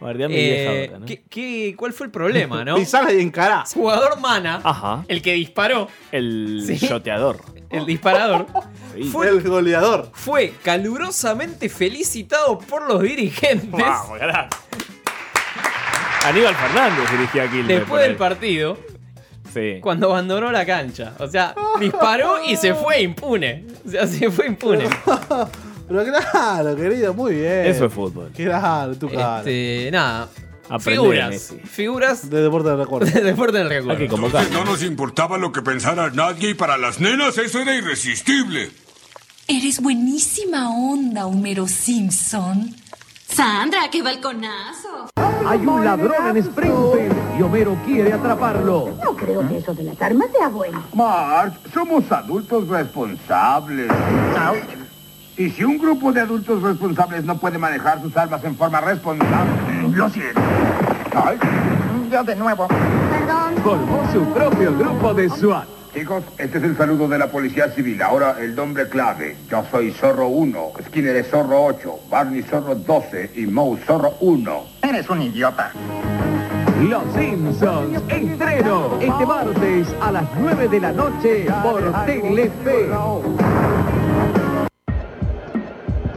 [SPEAKER 7] Guardián
[SPEAKER 4] Eh, ¿qué- qué- cuál fue el problema, no?
[SPEAKER 6] Pisala y encará.
[SPEAKER 4] Jugador mana, el que disparó,
[SPEAKER 7] El
[SPEAKER 4] Sí.
[SPEAKER 7] shoteador.
[SPEAKER 4] el disparador, fue,
[SPEAKER 6] el goleador,
[SPEAKER 4] fue calurosamente felicitado por los dirigentes
[SPEAKER 7] Vamos, carajo. Aníbal Fernández dirigía a Quilmes. por
[SPEAKER 4] después del
[SPEAKER 7] ahí.
[SPEAKER 4] partido,
[SPEAKER 7] Sí.
[SPEAKER 4] cuando abandonó la cancha. O sea, disparó y se fue impune. O sea, se fue impune.
[SPEAKER 6] Pero claro, querido, muy bien.
[SPEAKER 7] Eso es fútbol.
[SPEAKER 6] Claro, tu cara.
[SPEAKER 4] Este, nada.
[SPEAKER 6] Aprende,
[SPEAKER 4] Figuras.
[SPEAKER 6] Messi.
[SPEAKER 4] Figuras
[SPEAKER 6] de deporte de recuerdo.
[SPEAKER 4] de deporte del recuerdo.
[SPEAKER 20] Entonces no nos importaba lo que pensara nadie y para las nenas eso era irresistible.
[SPEAKER 21] Eres buenísima onda, Homero Simpson. Sandra, qué balconazo.
[SPEAKER 22] Hay un ladrón en Springfield y Homero quiere atraparlo.
[SPEAKER 21] No creo que eso de las armas sea bueno.
[SPEAKER 23] Marge, somos adultos responsables. Y si un grupo de adultos responsables no puede manejar sus armas en forma responsable, lo siento. Ay,
[SPEAKER 22] Yo de nuevo.
[SPEAKER 23] formó su propio grupo de SWAT. Chicos, este es el saludo de la Policía Civil. Ahora el nombre clave. Yo soy Zorro 1, Skinner es Zorro 8, Barney Zorro 12 y Moe Zorro 1. Eres un idiota.
[SPEAKER 22] Los Simpsons estreno este martes a las 9 de la noche por Telefe.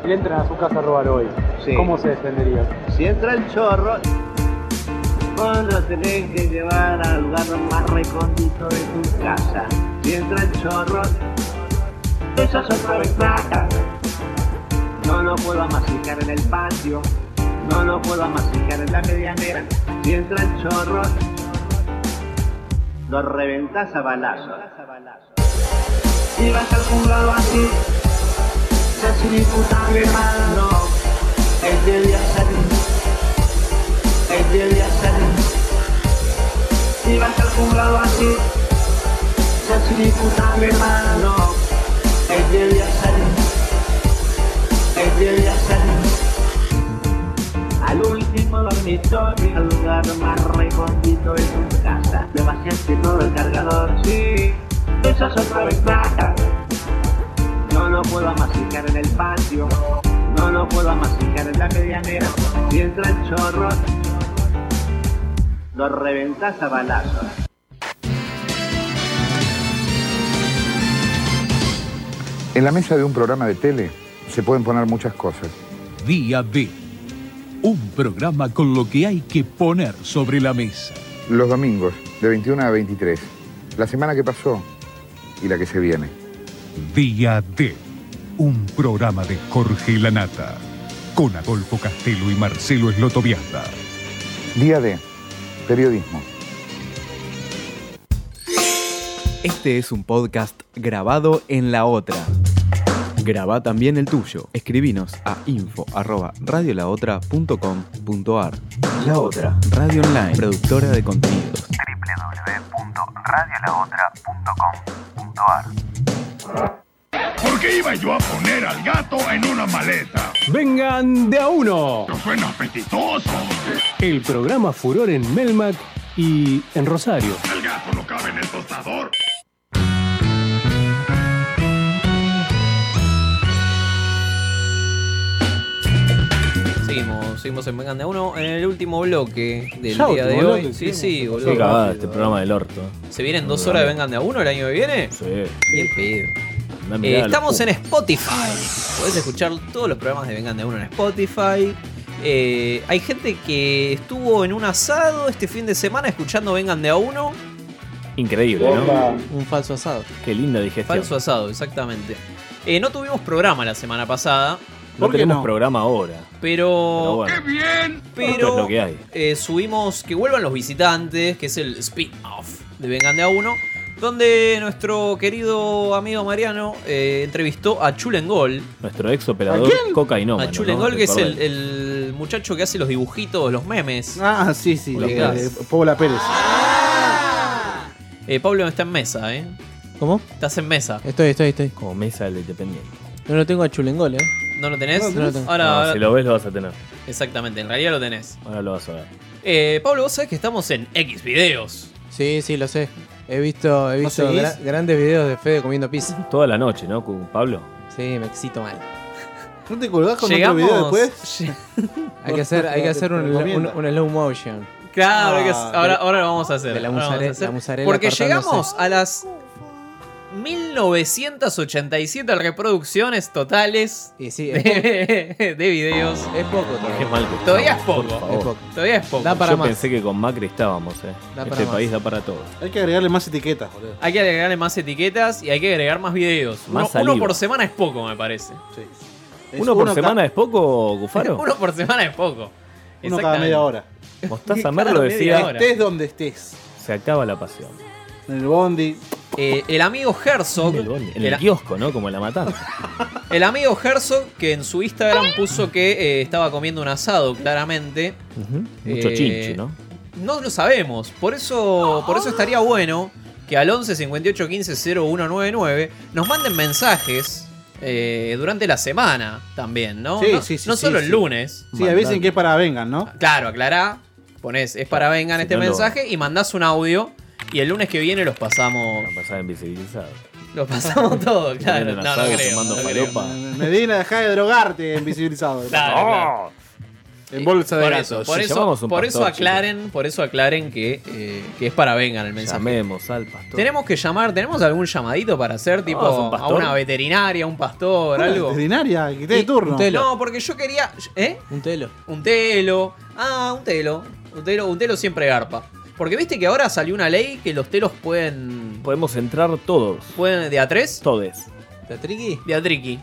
[SPEAKER 24] Si entran a su casa a robar hoy, ¿cómo se defendería?
[SPEAKER 2] Si entra el chorro, vos lo tenés que llevar al lugar más recóndito de tu casa. Si entra el chorro, eso es otra ventaja. No lo puedo amasicar en el patio, no lo puedo amasicar en la medianera. Si entra el chorro, lo reventás a balazo. Y vas al juzgado así, ya sin imputable mano, él debía salir. Él debía salir. Y vas al juzgado así, ya sin imputable mano, él debía salir. Él debía salir. Al último dormitorio, al lugar más recóndito de tu casa, le vaciaste todo el cargador, sí, eso es otra ventaja. No lo puedo amasicar en el patio, no lo puedo amasicar en la medianera. Si entra el chorro, lo reventás a balazos.
[SPEAKER 25] En la mesa de un programa de tele se pueden poner muchas cosas.
[SPEAKER 26] Día B. Un programa con lo que hay que poner sobre la mesa.
[SPEAKER 25] Los domingos, de 21 a 23. La semana que pasó y la que se viene.
[SPEAKER 26] Día D. Un programa de Jorge Lanata. Con Adolfo Castelo y Marcelo Eslotoviasta.
[SPEAKER 25] Día de periodismo.
[SPEAKER 27] Este es un podcast grabado en la otra. Graba también el tuyo. Escribinos a info arroba radiolaotra.com.ar. La Otra, Radio Online, productora de contenidos.
[SPEAKER 25] www.radiolaotra.com.ar
[SPEAKER 28] ¿Por qué iba yo a poner al gato en una maleta?
[SPEAKER 17] Vengan de a uno.
[SPEAKER 28] Suena apetitoso.
[SPEAKER 17] El programa Furor en Melmac y en Rosario.
[SPEAKER 28] El gato no cabe en el tostador.
[SPEAKER 4] Seguimos, seguimos en Vengan de a Uno. En el último bloque del
[SPEAKER 7] Ya,
[SPEAKER 4] día de
[SPEAKER 7] último
[SPEAKER 4] hoy.
[SPEAKER 7] bloque,
[SPEAKER 4] Sí, sí,
[SPEAKER 7] Qué cagada
[SPEAKER 4] boludo.
[SPEAKER 7] este programa del orto.
[SPEAKER 4] ¿Se vienen dos horas de Vengan de a Uno el año que viene? Sí. Bien pedo.
[SPEAKER 7] Andá a
[SPEAKER 4] Eh,
[SPEAKER 7] mirar
[SPEAKER 4] estamos
[SPEAKER 7] los
[SPEAKER 4] en Spotify. Podés escuchar todos los programas de Vengan de a Uno en Spotify. Eh, hay gente que estuvo en un asado este fin de semana escuchando Vengan de a Uno.
[SPEAKER 7] Increíble, ¿no?
[SPEAKER 4] Un falso asado.
[SPEAKER 7] Qué linda digestión.
[SPEAKER 4] Falso asado, exactamente. Eh, no tuvimos programa la semana pasada.
[SPEAKER 7] No tenemos programa ahora. Pero
[SPEAKER 4] Pero,
[SPEAKER 7] bueno, esto es
[SPEAKER 4] Oh, pero
[SPEAKER 7] lo que hay.
[SPEAKER 4] eh, subimos que vuelvan los visitantes, que es el spin-off de Vengan de a uno, donde nuestro querido amigo Mariano eh, entrevistó a Chulengol.
[SPEAKER 7] Nuestro ex operador Coca y
[SPEAKER 4] a Chulengol, que es el, el muchacho que hace los dibujitos, los memes.
[SPEAKER 6] Ah, sí, sí.
[SPEAKER 4] Hola,
[SPEAKER 6] de-
[SPEAKER 4] Gas.
[SPEAKER 6] de Paula Pérez.
[SPEAKER 4] Eh, Pablo está en mesa, ¿eh?
[SPEAKER 1] ¿Cómo?
[SPEAKER 4] Estás en mesa.
[SPEAKER 1] Estoy, estoy, estoy.
[SPEAKER 7] Como mesa del Independiente.
[SPEAKER 1] No lo tengo a Chulengol, ¿eh?
[SPEAKER 4] ¿No lo tenés?
[SPEAKER 1] No, no lo tengo.
[SPEAKER 4] Ahora,
[SPEAKER 7] No,
[SPEAKER 4] ahora-
[SPEAKER 7] si lo ves, lo vas a tener.
[SPEAKER 4] Exactamente, en realidad lo tenés.
[SPEAKER 7] Ahora lo vas a ver.
[SPEAKER 4] Eh, Pablo, vos sabés que estamos en X videos.
[SPEAKER 1] Sí, sí, lo sé. He visto, he
[SPEAKER 4] ¿No
[SPEAKER 1] visto
[SPEAKER 4] seguís?
[SPEAKER 1] gra- grandes videos de Fede comiendo pizza.
[SPEAKER 7] Toda la noche, ¿no? Con Pablo.
[SPEAKER 1] Sí, me excito mal.
[SPEAKER 6] ¿No te colgás con
[SPEAKER 4] Llegamos-
[SPEAKER 6] otro video después?
[SPEAKER 1] Hay que hacer, hay que hacer un, un,
[SPEAKER 6] Recomienda.
[SPEAKER 1] un slow motion.
[SPEAKER 4] Claro,
[SPEAKER 1] Ah,
[SPEAKER 4] que es- ahora,
[SPEAKER 1] de-
[SPEAKER 4] ahora lo vamos a hacer.
[SPEAKER 1] de la
[SPEAKER 4] ahora lo vamos a
[SPEAKER 1] musare-
[SPEAKER 4] hacer.
[SPEAKER 1] la musarela
[SPEAKER 4] Porque
[SPEAKER 1] cortándose.
[SPEAKER 4] llegamos a las 1987 reproducciones totales
[SPEAKER 1] es
[SPEAKER 4] de, de videos.
[SPEAKER 1] Es poco
[SPEAKER 7] Qué mal que
[SPEAKER 4] Todavía es
[SPEAKER 7] estamos, por
[SPEAKER 4] poco.
[SPEAKER 7] favor.
[SPEAKER 4] Es poco. Todavía es poco.
[SPEAKER 7] Yo pensé que con Macri estábamos, ¿eh?
[SPEAKER 4] Da para
[SPEAKER 7] este
[SPEAKER 4] más.
[SPEAKER 7] país da para todo.
[SPEAKER 6] Hay que agregarle más etiquetas, boludo.
[SPEAKER 4] Hay que agregarle más etiquetas y hay que agregar más videos. Uno-
[SPEAKER 7] Más
[SPEAKER 4] uno,
[SPEAKER 7] saliva.
[SPEAKER 4] por semana es poco, me parece.
[SPEAKER 7] ¿Uno por semana es poco, Gufaro?
[SPEAKER 4] Uno por semana es poco.
[SPEAKER 6] Uno cada media hora.
[SPEAKER 7] Mostaza Merlo decía,
[SPEAKER 6] Estés donde estés.
[SPEAKER 7] se acaba la pasión.
[SPEAKER 6] En el bondi.
[SPEAKER 4] Eh, el amigo Herzog.
[SPEAKER 7] En el, bondi, en el
[SPEAKER 4] Era-
[SPEAKER 7] kiosco, ¿no? Como en la matanza.
[SPEAKER 4] El amigo Herzog, que en su Instagram puso que eh, estaba comiendo un asado, claramente.
[SPEAKER 7] Mucho
[SPEAKER 4] Eh,
[SPEAKER 7] chincho, ¿no?
[SPEAKER 4] No lo sabemos. Por eso, por eso estaría bueno que al 11 58 15 0199 nos manden mensajes eh, durante la semana también, ¿no?
[SPEAKER 6] Sí,
[SPEAKER 4] no,
[SPEAKER 6] sí, sí,
[SPEAKER 4] no
[SPEAKER 6] sí,
[SPEAKER 4] solo
[SPEAKER 6] sí.
[SPEAKER 4] el lunes.
[SPEAKER 6] Sí, avisen que es para vengan, ¿no?
[SPEAKER 4] Claro, aclará. Ponés, es para vengan
[SPEAKER 6] si
[SPEAKER 4] este
[SPEAKER 6] no lo-
[SPEAKER 4] mensaje y mandás un audio. Y el lunes que viene los pasamos. Los
[SPEAKER 7] pasamos invisibilizados.
[SPEAKER 4] Los pasamos todos, claro.
[SPEAKER 7] Comiendo un
[SPEAKER 4] No, no
[SPEAKER 7] asado,
[SPEAKER 4] creo,
[SPEAKER 7] tomando
[SPEAKER 4] no creo.
[SPEAKER 7] falopa.
[SPEAKER 6] Medina, deja de drogarte invisibilizado.
[SPEAKER 4] Claro, claro.
[SPEAKER 6] En bolsa de
[SPEAKER 4] Por
[SPEAKER 6] gato.
[SPEAKER 4] eso, por
[SPEAKER 6] Sí,
[SPEAKER 4] eso,
[SPEAKER 6] llamamos a un
[SPEAKER 4] por
[SPEAKER 6] pastor,
[SPEAKER 4] eso aclaren, por eso aclaren que, eh, que es para vengan el mensaje.
[SPEAKER 7] Llamemos al pastor.
[SPEAKER 4] Tenemos que llamar, tenemos algún llamadito para hacer tipo
[SPEAKER 6] ¿es un
[SPEAKER 4] a
[SPEAKER 6] pastor?
[SPEAKER 4] una veterinaria, un pastor,
[SPEAKER 6] Una
[SPEAKER 4] algo.
[SPEAKER 6] veterinaria, que te dé
[SPEAKER 4] Y-
[SPEAKER 6] turno.
[SPEAKER 4] No, porque yo quería, ¿eh?
[SPEAKER 1] Un telo.
[SPEAKER 4] Un telo. Ah, un telo. Un telo, un telo siempre garpa. Porque viste que ahora salió una ley que los telos pueden
[SPEAKER 7] Podemos entrar todos.
[SPEAKER 4] pueden de a tres,
[SPEAKER 7] todes.
[SPEAKER 1] ¿De Atriqui?
[SPEAKER 4] De Atriqui.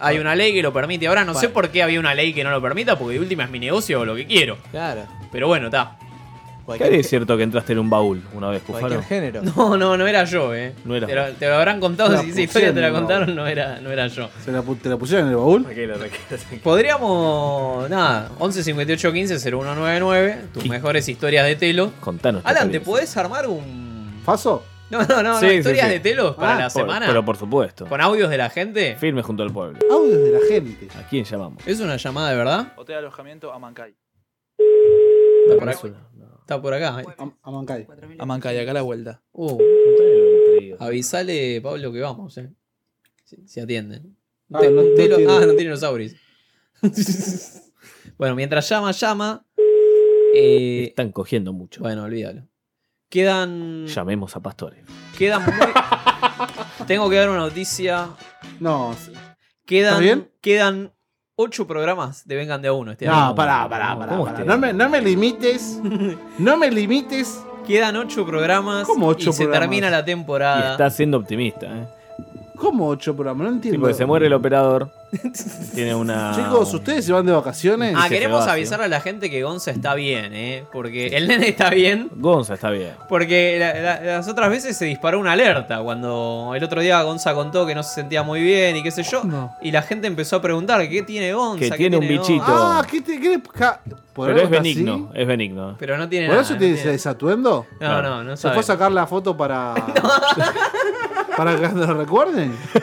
[SPEAKER 4] Hay una ley que lo permite. Ahora no
[SPEAKER 1] Pa-
[SPEAKER 4] sé por qué había una ley que no lo permita, porque de última es mi negocio o lo que quiero.
[SPEAKER 1] Claro.
[SPEAKER 4] Pero bueno, está.
[SPEAKER 7] ¿Qué hay de cierto que entraste en un baúl una vez, Cufaro?
[SPEAKER 1] género.
[SPEAKER 4] No, no, no era yo, eh.
[SPEAKER 7] No era.
[SPEAKER 4] Te lo, te lo habrán contado,
[SPEAKER 6] La
[SPEAKER 4] si esa historia te la
[SPEAKER 6] pusieron,
[SPEAKER 4] contaron, no era, no era yo.
[SPEAKER 6] ¿Se la, pu- ¿Te la pusieron en el baúl?
[SPEAKER 4] Podríamos, nada, 11 58 15 0199, tus mejores historias de telo.
[SPEAKER 7] Contanos.
[SPEAKER 4] Alan,
[SPEAKER 7] tu
[SPEAKER 4] ¿te
[SPEAKER 7] experiencia.
[SPEAKER 4] podés armar un.
[SPEAKER 6] ¿Faso?
[SPEAKER 4] No, no, no,
[SPEAKER 7] Sí,
[SPEAKER 4] no,
[SPEAKER 7] sí,
[SPEAKER 4] historias
[SPEAKER 7] sí.
[SPEAKER 4] de telos para
[SPEAKER 7] Ah,
[SPEAKER 4] la
[SPEAKER 7] por-
[SPEAKER 4] semana.
[SPEAKER 7] Pero por supuesto.
[SPEAKER 4] Con audios de la gente.
[SPEAKER 7] Firme junto al pueblo.
[SPEAKER 6] Audios de la gente.
[SPEAKER 7] ¿A quién llamamos?
[SPEAKER 4] Es una llamada de verdad.
[SPEAKER 8] Hotel de alojamiento a Mancay.
[SPEAKER 4] Está por acá. Está por acá. eh.
[SPEAKER 6] A Mancay.
[SPEAKER 1] A Mancay, acá a la vuelta.
[SPEAKER 7] Oh,
[SPEAKER 4] Uh. Avisale, Pablo, que vamos, eh. Si, si atienden.
[SPEAKER 1] Ah,
[SPEAKER 4] Te-
[SPEAKER 1] no- no
[SPEAKER 4] telo-
[SPEAKER 1] tiene-
[SPEAKER 4] ah, no tiene los auris. bueno, mientras llama, llama. Eh,
[SPEAKER 7] Están cogiendo mucho.
[SPEAKER 4] Bueno, olvídalo. Quedan.
[SPEAKER 7] Mm. Llamemos a pastores.
[SPEAKER 4] Quedan muy. Tengo que dar una noticia.
[SPEAKER 6] No.
[SPEAKER 4] Quedan.
[SPEAKER 6] ¿Está bien?
[SPEAKER 4] Quedan ocho programas de Vengan de a uno este año.
[SPEAKER 6] No, pará, pará, pará. pará.
[SPEAKER 7] este?
[SPEAKER 6] No, me, no me limites. no me limites.
[SPEAKER 4] Quedan ocho programas.
[SPEAKER 6] ¿Cómo ocho
[SPEAKER 4] y se
[SPEAKER 6] programas?
[SPEAKER 4] termina la
[SPEAKER 7] Y
[SPEAKER 4] temporada.
[SPEAKER 7] está siendo optimista, ¿eh?
[SPEAKER 6] ¿Cómo ocho programas? No
[SPEAKER 7] Sí,
[SPEAKER 6] entiendo.
[SPEAKER 7] porque se muere el operador. Tiene una.
[SPEAKER 6] Chicos, ¿ustedes se van de vacaciones?
[SPEAKER 4] Ah, queremos avisar a la gente que Gonza está bien, ¿eh? Porque el nene está bien.
[SPEAKER 7] Gonza está bien.
[SPEAKER 4] Porque la- la- las otras veces se disparó una alerta. Cuando el otro día Gonza contó que no se sentía muy bien y qué sé yo. Y la gente empezó a preguntar: ¿qué tiene Gonza?
[SPEAKER 7] Que
[SPEAKER 4] ¿Qué
[SPEAKER 7] tiene un
[SPEAKER 4] Gonza?
[SPEAKER 7] bichito.
[SPEAKER 6] Ah, ¿qué te qué, ja,
[SPEAKER 7] Pero
[SPEAKER 6] ¿por algo
[SPEAKER 7] es
[SPEAKER 6] está
[SPEAKER 7] benigno,
[SPEAKER 6] así?
[SPEAKER 7] es benigno.
[SPEAKER 4] Pero no tiene
[SPEAKER 6] ¿Por
[SPEAKER 4] nada.
[SPEAKER 6] eso
[SPEAKER 4] no
[SPEAKER 6] te
[SPEAKER 4] tiene-
[SPEAKER 6] desatuendo?
[SPEAKER 4] No, no, no
[SPEAKER 6] ¿Se fue a
[SPEAKER 4] sabemos.
[SPEAKER 6] sacar la foto para. para que lo recuerden?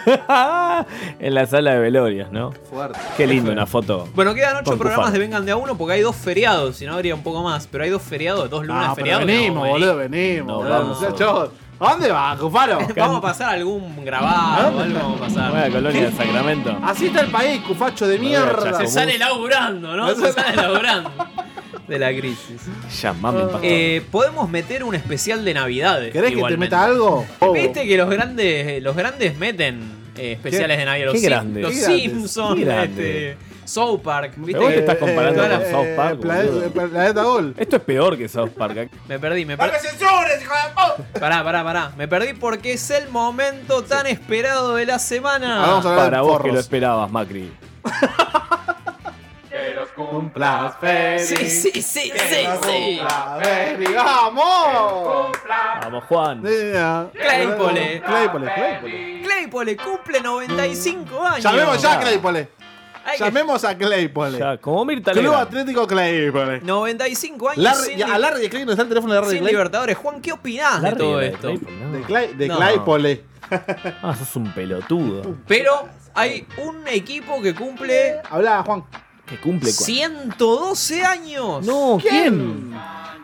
[SPEAKER 7] En la sala de velorias, ¿no?
[SPEAKER 6] Fuerte.
[SPEAKER 7] Qué lindo una foto.
[SPEAKER 4] Bueno, quedan ocho
[SPEAKER 7] Con
[SPEAKER 4] programas
[SPEAKER 7] Cufaro.
[SPEAKER 4] de Vengan de a uno porque hay dos feriados, si no habría un poco más, pero hay dos feriados, dos lunes
[SPEAKER 6] No, Ah, pero
[SPEAKER 4] feriados.
[SPEAKER 6] venimos,
[SPEAKER 4] no,
[SPEAKER 6] boludo, venimos.
[SPEAKER 4] No,
[SPEAKER 6] boludo,
[SPEAKER 4] vamos.
[SPEAKER 6] muchachos. ¿A dónde va, Cufaro? ¿Ah?
[SPEAKER 4] Vamos a pasar algún grabado, algo vamos a pasar.
[SPEAKER 7] Voy a Colonia de Sacramento.
[SPEAKER 6] Así está el país, cufacho de mierda.
[SPEAKER 4] Se sale laburando, ¿no? Se sale laburando. De la crisis.
[SPEAKER 7] Llamame, pastor.
[SPEAKER 4] Eh, Podemos meter un especial de Navidades.
[SPEAKER 6] ¿Querés que te
[SPEAKER 4] igualmente.
[SPEAKER 6] meta algo?
[SPEAKER 4] Viste que los grandes, los grandes meten eh, especiales
[SPEAKER 6] ¿Qué-
[SPEAKER 4] de Navidad.
[SPEAKER 6] qué
[SPEAKER 4] Los, Sim-
[SPEAKER 6] grandes?
[SPEAKER 4] los
[SPEAKER 6] Qué grandes,
[SPEAKER 4] Simpsons,
[SPEAKER 6] qué
[SPEAKER 4] este,
[SPEAKER 6] grandes.
[SPEAKER 4] South Park. ¿viste?
[SPEAKER 7] vos te
[SPEAKER 4] que-
[SPEAKER 7] estás
[SPEAKER 6] Eh,
[SPEAKER 7] comparando
[SPEAKER 4] toda la-
[SPEAKER 7] con South Park, boludo.
[SPEAKER 6] Planeta Gol.
[SPEAKER 7] Esto es peor que South Park. ¿eh?
[SPEAKER 4] Me perdí, me perdí. Pará, pará, pará. Me perdí porque es el momento tan esperado de la
[SPEAKER 6] Ah,
[SPEAKER 4] semana.
[SPEAKER 7] Para vos que lo esperabas, Macri.
[SPEAKER 6] Cumplas feliz.
[SPEAKER 4] Sí, sí, sí, sí, sí.
[SPEAKER 6] feliz. ¡Vamos!
[SPEAKER 7] Vamos, Juan.
[SPEAKER 4] Claypole.
[SPEAKER 6] Claypole, Claypole.
[SPEAKER 4] Claypole cumple 95 años.
[SPEAKER 6] Llamemos ya a Claypole.
[SPEAKER 4] Hay que-
[SPEAKER 6] Llamemos a Claypole.
[SPEAKER 7] Ya, como Mirta
[SPEAKER 6] Club
[SPEAKER 7] Legrand.
[SPEAKER 6] Atlético Claypole.
[SPEAKER 4] 95 años.
[SPEAKER 6] Larry-
[SPEAKER 4] sin
[SPEAKER 6] ya, a Larry de Clay no está el teléfono de Larry de
[SPEAKER 4] sin
[SPEAKER 6] Clay.
[SPEAKER 4] Libertadores. Juan, ¿qué opinás de
[SPEAKER 6] Larry
[SPEAKER 4] todo
[SPEAKER 6] de
[SPEAKER 4] esto?
[SPEAKER 6] De, Clay, de
[SPEAKER 4] No.
[SPEAKER 6] Claypole.
[SPEAKER 7] Ah, sos un pelotudo.
[SPEAKER 4] Pero hay un equipo que cumple.
[SPEAKER 6] Habla, Juan.
[SPEAKER 7] Que cumple con.
[SPEAKER 4] 112 años.
[SPEAKER 7] No, ¿quién?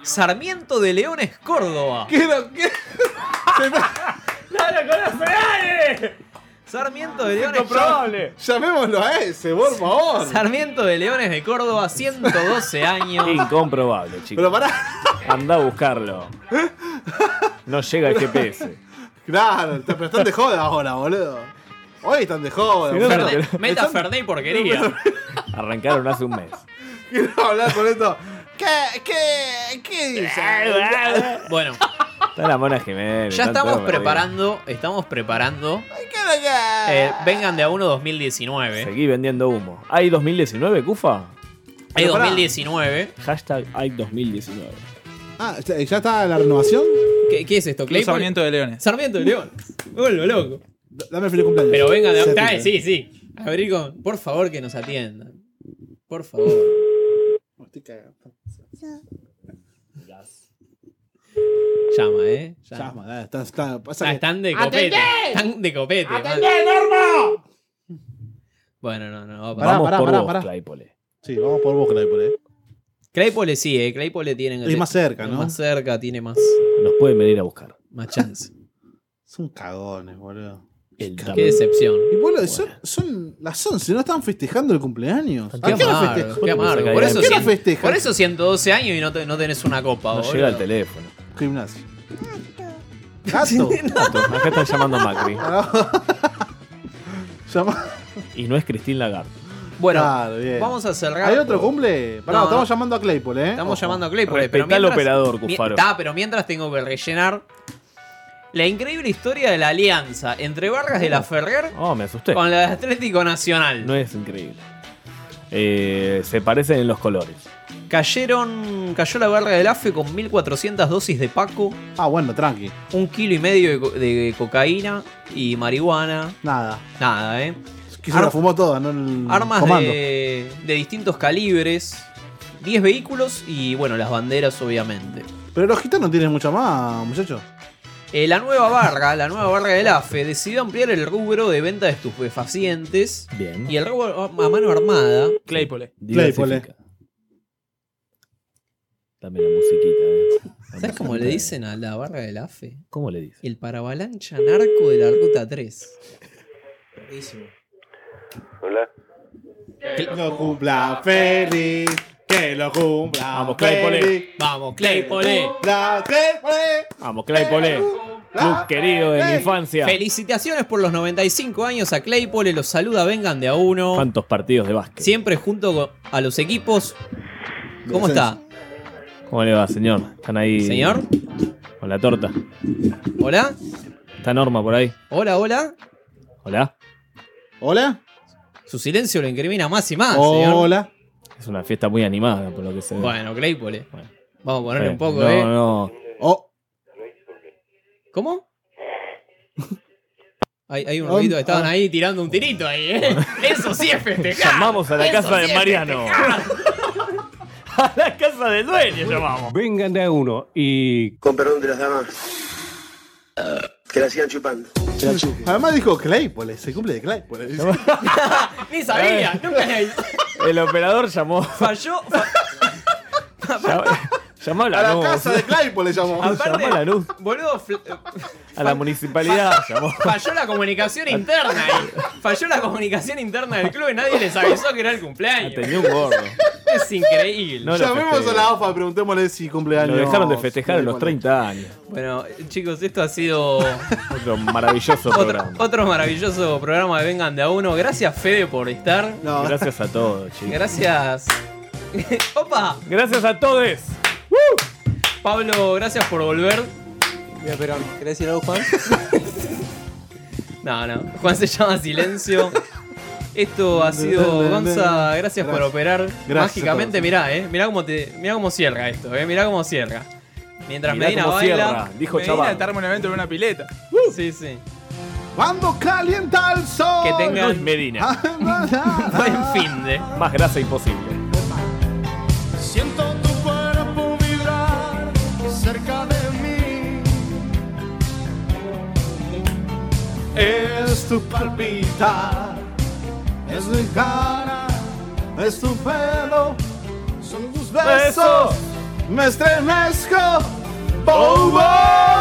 [SPEAKER 4] Sarmiento de Leones Córdoba.
[SPEAKER 7] ¡Claro, con los pedales!
[SPEAKER 4] Sarmiento de Leones
[SPEAKER 7] Incomprobable.
[SPEAKER 6] Llamémoslo a ese, por favor.
[SPEAKER 4] Sarmiento de Leones de Córdoba, 112 años.
[SPEAKER 7] Incomprobable, chicos. Pero
[SPEAKER 6] pará.
[SPEAKER 7] Andá a buscarlo. No llega el GPS.
[SPEAKER 6] Claro, te- pero están de joda ahora, boludo. Hoy están de joda.
[SPEAKER 7] Si no,
[SPEAKER 6] boludo.
[SPEAKER 7] no, pero-
[SPEAKER 4] Meta Fernet y porquería.
[SPEAKER 7] Arrancaron hace un mes.
[SPEAKER 6] Quiero hablar con esto. ¿Qué, qué, qué dice?
[SPEAKER 4] Bueno,
[SPEAKER 7] Está la mona Jiménez.
[SPEAKER 4] Eh, ya
[SPEAKER 7] está todo
[SPEAKER 4] estamos
[SPEAKER 7] perdido.
[SPEAKER 4] preparando, estamos preparando.
[SPEAKER 6] eh,
[SPEAKER 4] Vengan de a uno 2019.
[SPEAKER 7] Seguí vendiendo humo. ¿Hay 2019, Cufa?
[SPEAKER 4] Hay 2019.
[SPEAKER 7] Hashtag hay 2019.
[SPEAKER 6] Ah, ¿ya ya está la renovación?
[SPEAKER 4] ¿Qué, qué es esto?
[SPEAKER 6] Club
[SPEAKER 4] Claypole?
[SPEAKER 6] Sarmiento
[SPEAKER 4] de Leones. Sarmiento de Leones. Me vuelvo loco.
[SPEAKER 6] Dame feliz cumpleaños.
[SPEAKER 4] Pero vengan de a
[SPEAKER 6] Se
[SPEAKER 4] uno.
[SPEAKER 6] pica.
[SPEAKER 4] Sí, sí. Abrir con. Por favor, que nos atiendan. Por favor. Llama, ¿eh? Llama.
[SPEAKER 6] Llama, dale, está, está, pasa
[SPEAKER 4] Ah,
[SPEAKER 6] que-
[SPEAKER 4] están de copete. Están de copete. man. Bueno, no, no. Va a
[SPEAKER 6] Pará,
[SPEAKER 4] pasar.
[SPEAKER 6] pará, pará, pará. Sí, vamos por vos, Claypole. eh.
[SPEAKER 4] Claypole sí, eh. Claypole tienen.
[SPEAKER 6] Es más cerca, ¿no?
[SPEAKER 4] Es más cerca, tiene más,
[SPEAKER 7] Nos pueden venir a buscar.
[SPEAKER 4] más chance.
[SPEAKER 6] Son cagones, eh, boludo.
[SPEAKER 4] Qué decepción.
[SPEAKER 6] Y boludo, son, son las 11, no están festejando el cumpleaños.
[SPEAKER 4] Qué
[SPEAKER 6] ¿A Ah, qué hora
[SPEAKER 4] amargo,
[SPEAKER 6] festejan?
[SPEAKER 4] qué amargo. Por
[SPEAKER 6] ¿A
[SPEAKER 4] eso,
[SPEAKER 6] qué hora
[SPEAKER 4] cien-
[SPEAKER 6] festejan?
[SPEAKER 4] por eso 112 años y no, te- no tenés una copa.
[SPEAKER 7] No
[SPEAKER 4] boludo.
[SPEAKER 7] llega el teléfono.
[SPEAKER 6] Gimnasio. Gato.
[SPEAKER 7] Gato, Acá están llamando a Macri.
[SPEAKER 6] Llama-
[SPEAKER 7] Y no es Cristín Lagarde.
[SPEAKER 4] Bueno,
[SPEAKER 6] Claro, bien.
[SPEAKER 4] vamos a cerrar.
[SPEAKER 6] ¿Hay otro cumple? Pará,
[SPEAKER 4] No,
[SPEAKER 6] estamos
[SPEAKER 4] no.
[SPEAKER 6] llamando a Claypole, ¿eh?
[SPEAKER 4] Estamos
[SPEAKER 6] Ojo.
[SPEAKER 4] llamando a Claypole. Pero
[SPEAKER 7] Respetá al
[SPEAKER 4] mientras,
[SPEAKER 7] operador,
[SPEAKER 4] mi-
[SPEAKER 7] Cufaro.
[SPEAKER 4] Ta, pero mientras tengo que rellenar la increíble historia de la alianza entre Vargas de la Ferrer
[SPEAKER 7] Oh, me asusté.
[SPEAKER 4] con la de Atlético Nacional.
[SPEAKER 7] No es increíble. Eh, se parecen en los colores.
[SPEAKER 4] Cayeron, cayó la Vargas del AFE con 1400 dosis de Paco,
[SPEAKER 6] Ah, bueno, tranqui.
[SPEAKER 4] un kilo y medio de, co- de cocaína y marihuana.
[SPEAKER 6] Nada.
[SPEAKER 4] Nada, ¿eh?
[SPEAKER 6] Que se
[SPEAKER 4] Ar-
[SPEAKER 6] la fumó toda, ¿no? El
[SPEAKER 4] Armas
[SPEAKER 6] comando.
[SPEAKER 4] de, de distintos calibres, 10 vehículos y, bueno, las banderas, obviamente.
[SPEAKER 6] Pero los gitanos tienen mucha más, muchachos.
[SPEAKER 4] Eh, la nueva barra, la nueva barra del AFE, decidió ampliar el rubro de venta de estupefacientes
[SPEAKER 7] Bien.
[SPEAKER 4] y el robo a a mano armada.
[SPEAKER 8] Claypole.
[SPEAKER 7] Diversifica. Dame la musiquita. eh.
[SPEAKER 4] ¿Sabes cómo le dicen a la barra del AFE?
[SPEAKER 7] ¿Cómo le dicen?
[SPEAKER 4] El parabalancha narco de la ruta 3.
[SPEAKER 3] Hola.
[SPEAKER 6] Que lo cumpla feliz. Que lo cumpla
[SPEAKER 7] Vamos, Claypole.
[SPEAKER 6] feliz.
[SPEAKER 4] Vamos,
[SPEAKER 6] Que
[SPEAKER 4] Claypole.
[SPEAKER 6] lo cumpla Claypole.
[SPEAKER 7] Vamos, Claypole. Club querido de mi infancia.
[SPEAKER 4] Felicitaciones por los 95 años a Claypole. Los saluda, vengan de a uno.
[SPEAKER 7] ¿Cuántos partidos de básquet?
[SPEAKER 4] Siempre junto con- a los equipos. ¿Cómo está?
[SPEAKER 7] ¿Cómo le va, señor? ¿Están ahí?
[SPEAKER 4] ¿Señor?
[SPEAKER 7] Con la torta.
[SPEAKER 4] ¿Hola?
[SPEAKER 7] ¿Está Norma por ahí?
[SPEAKER 4] ¿Hola, hola?
[SPEAKER 7] ¿Hola?
[SPEAKER 6] ¿Hola?
[SPEAKER 4] Su silencio lo incrimina más y más, Ah, señor.
[SPEAKER 6] Hola.
[SPEAKER 7] Es una fiesta muy animada, por lo que se ve.
[SPEAKER 4] Bueno, Claypole. Vamos a ponerle
[SPEAKER 7] Eh,
[SPEAKER 4] un poco,
[SPEAKER 7] no,
[SPEAKER 4] ¿eh?
[SPEAKER 7] No,
[SPEAKER 6] Oh.
[SPEAKER 4] ¿Cómo? Hay, hay un ruido,
[SPEAKER 6] Ah.
[SPEAKER 4] estaban ahí tirando un tirito ahí, ¿eh? Eso sí es festejar.
[SPEAKER 7] Llamamos a la
[SPEAKER 4] Eso
[SPEAKER 7] casa
[SPEAKER 4] sí
[SPEAKER 7] de
[SPEAKER 4] es
[SPEAKER 7] Mariano. A la casa del dueño llamamos.
[SPEAKER 12] Vengan de a uno y.
[SPEAKER 3] Con perdón de las damas. Que la sigan chupando.
[SPEAKER 6] Además dijo Claypole, se cumple de Claypole.
[SPEAKER 4] Ni
[SPEAKER 7] Eh.
[SPEAKER 4] sabía, nunca le
[SPEAKER 7] El operador llamó.
[SPEAKER 4] Falló. fa-
[SPEAKER 7] Llam- Llamó a
[SPEAKER 6] A la
[SPEAKER 7] Lanús.
[SPEAKER 6] casa de Claypo le llamó.
[SPEAKER 7] Llamó a Lanús,
[SPEAKER 4] Boludo, fl-
[SPEAKER 7] a la municipalidad. Llamó.
[SPEAKER 4] falló la comunicación interna ahí. Falló la comunicación interna del club y nadie les avisó que era el cumpleaños.
[SPEAKER 7] Atendió un gordo.
[SPEAKER 4] Es increíble.
[SPEAKER 6] Llamemos a la OFA, preguntémosle si cumpleaños.
[SPEAKER 7] Lo dejaron de festejar a los 30 años.
[SPEAKER 4] Bueno, chicos, esto ha sido
[SPEAKER 7] Otro maravilloso
[SPEAKER 4] otro,
[SPEAKER 7] programa.
[SPEAKER 4] otro maravilloso programa de Vengan de a uno. Gracias, Fede, por estar.
[SPEAKER 7] Gracias a todos, chicos.
[SPEAKER 4] Gracias. ¡Opa!
[SPEAKER 7] Gracias a todos.
[SPEAKER 4] Pablo, gracias por volver. Mira, Perón, ¿querés decir algo, Juan? no, no. Juan se llama Silencio. Esto ha sido. Gonza, gracias por
[SPEAKER 29] Gracias.
[SPEAKER 4] operar.
[SPEAKER 29] Gracias
[SPEAKER 4] Mágicamente,
[SPEAKER 29] a todos.
[SPEAKER 4] mirá, eh. Mirá cómo, te, mirá cómo cierra esto, eh. Mirá cómo cierra. Mientras
[SPEAKER 30] Mirá
[SPEAKER 4] Medina
[SPEAKER 30] cómo
[SPEAKER 4] baila.
[SPEAKER 30] cierra, dijo
[SPEAKER 4] Medina
[SPEAKER 30] Chabá.
[SPEAKER 4] está-
[SPEAKER 30] Darme un evento en una pileta.
[SPEAKER 4] Sí, sí.
[SPEAKER 6] Uh. Cuando calienta el sol.
[SPEAKER 4] Que tengan- Luis
[SPEAKER 7] Medina.
[SPEAKER 4] Buen fin de.
[SPEAKER 7] Más grasa imposible.
[SPEAKER 2] Siento tu cuerpo vibrar cerca de mí.
[SPEAKER 6] Es tu palpitar,
[SPEAKER 2] Es mi cara,
[SPEAKER 6] es tu pelo,
[SPEAKER 2] son tus
[SPEAKER 6] besos.
[SPEAKER 2] besos.
[SPEAKER 6] Me estremezco. Oh, oh.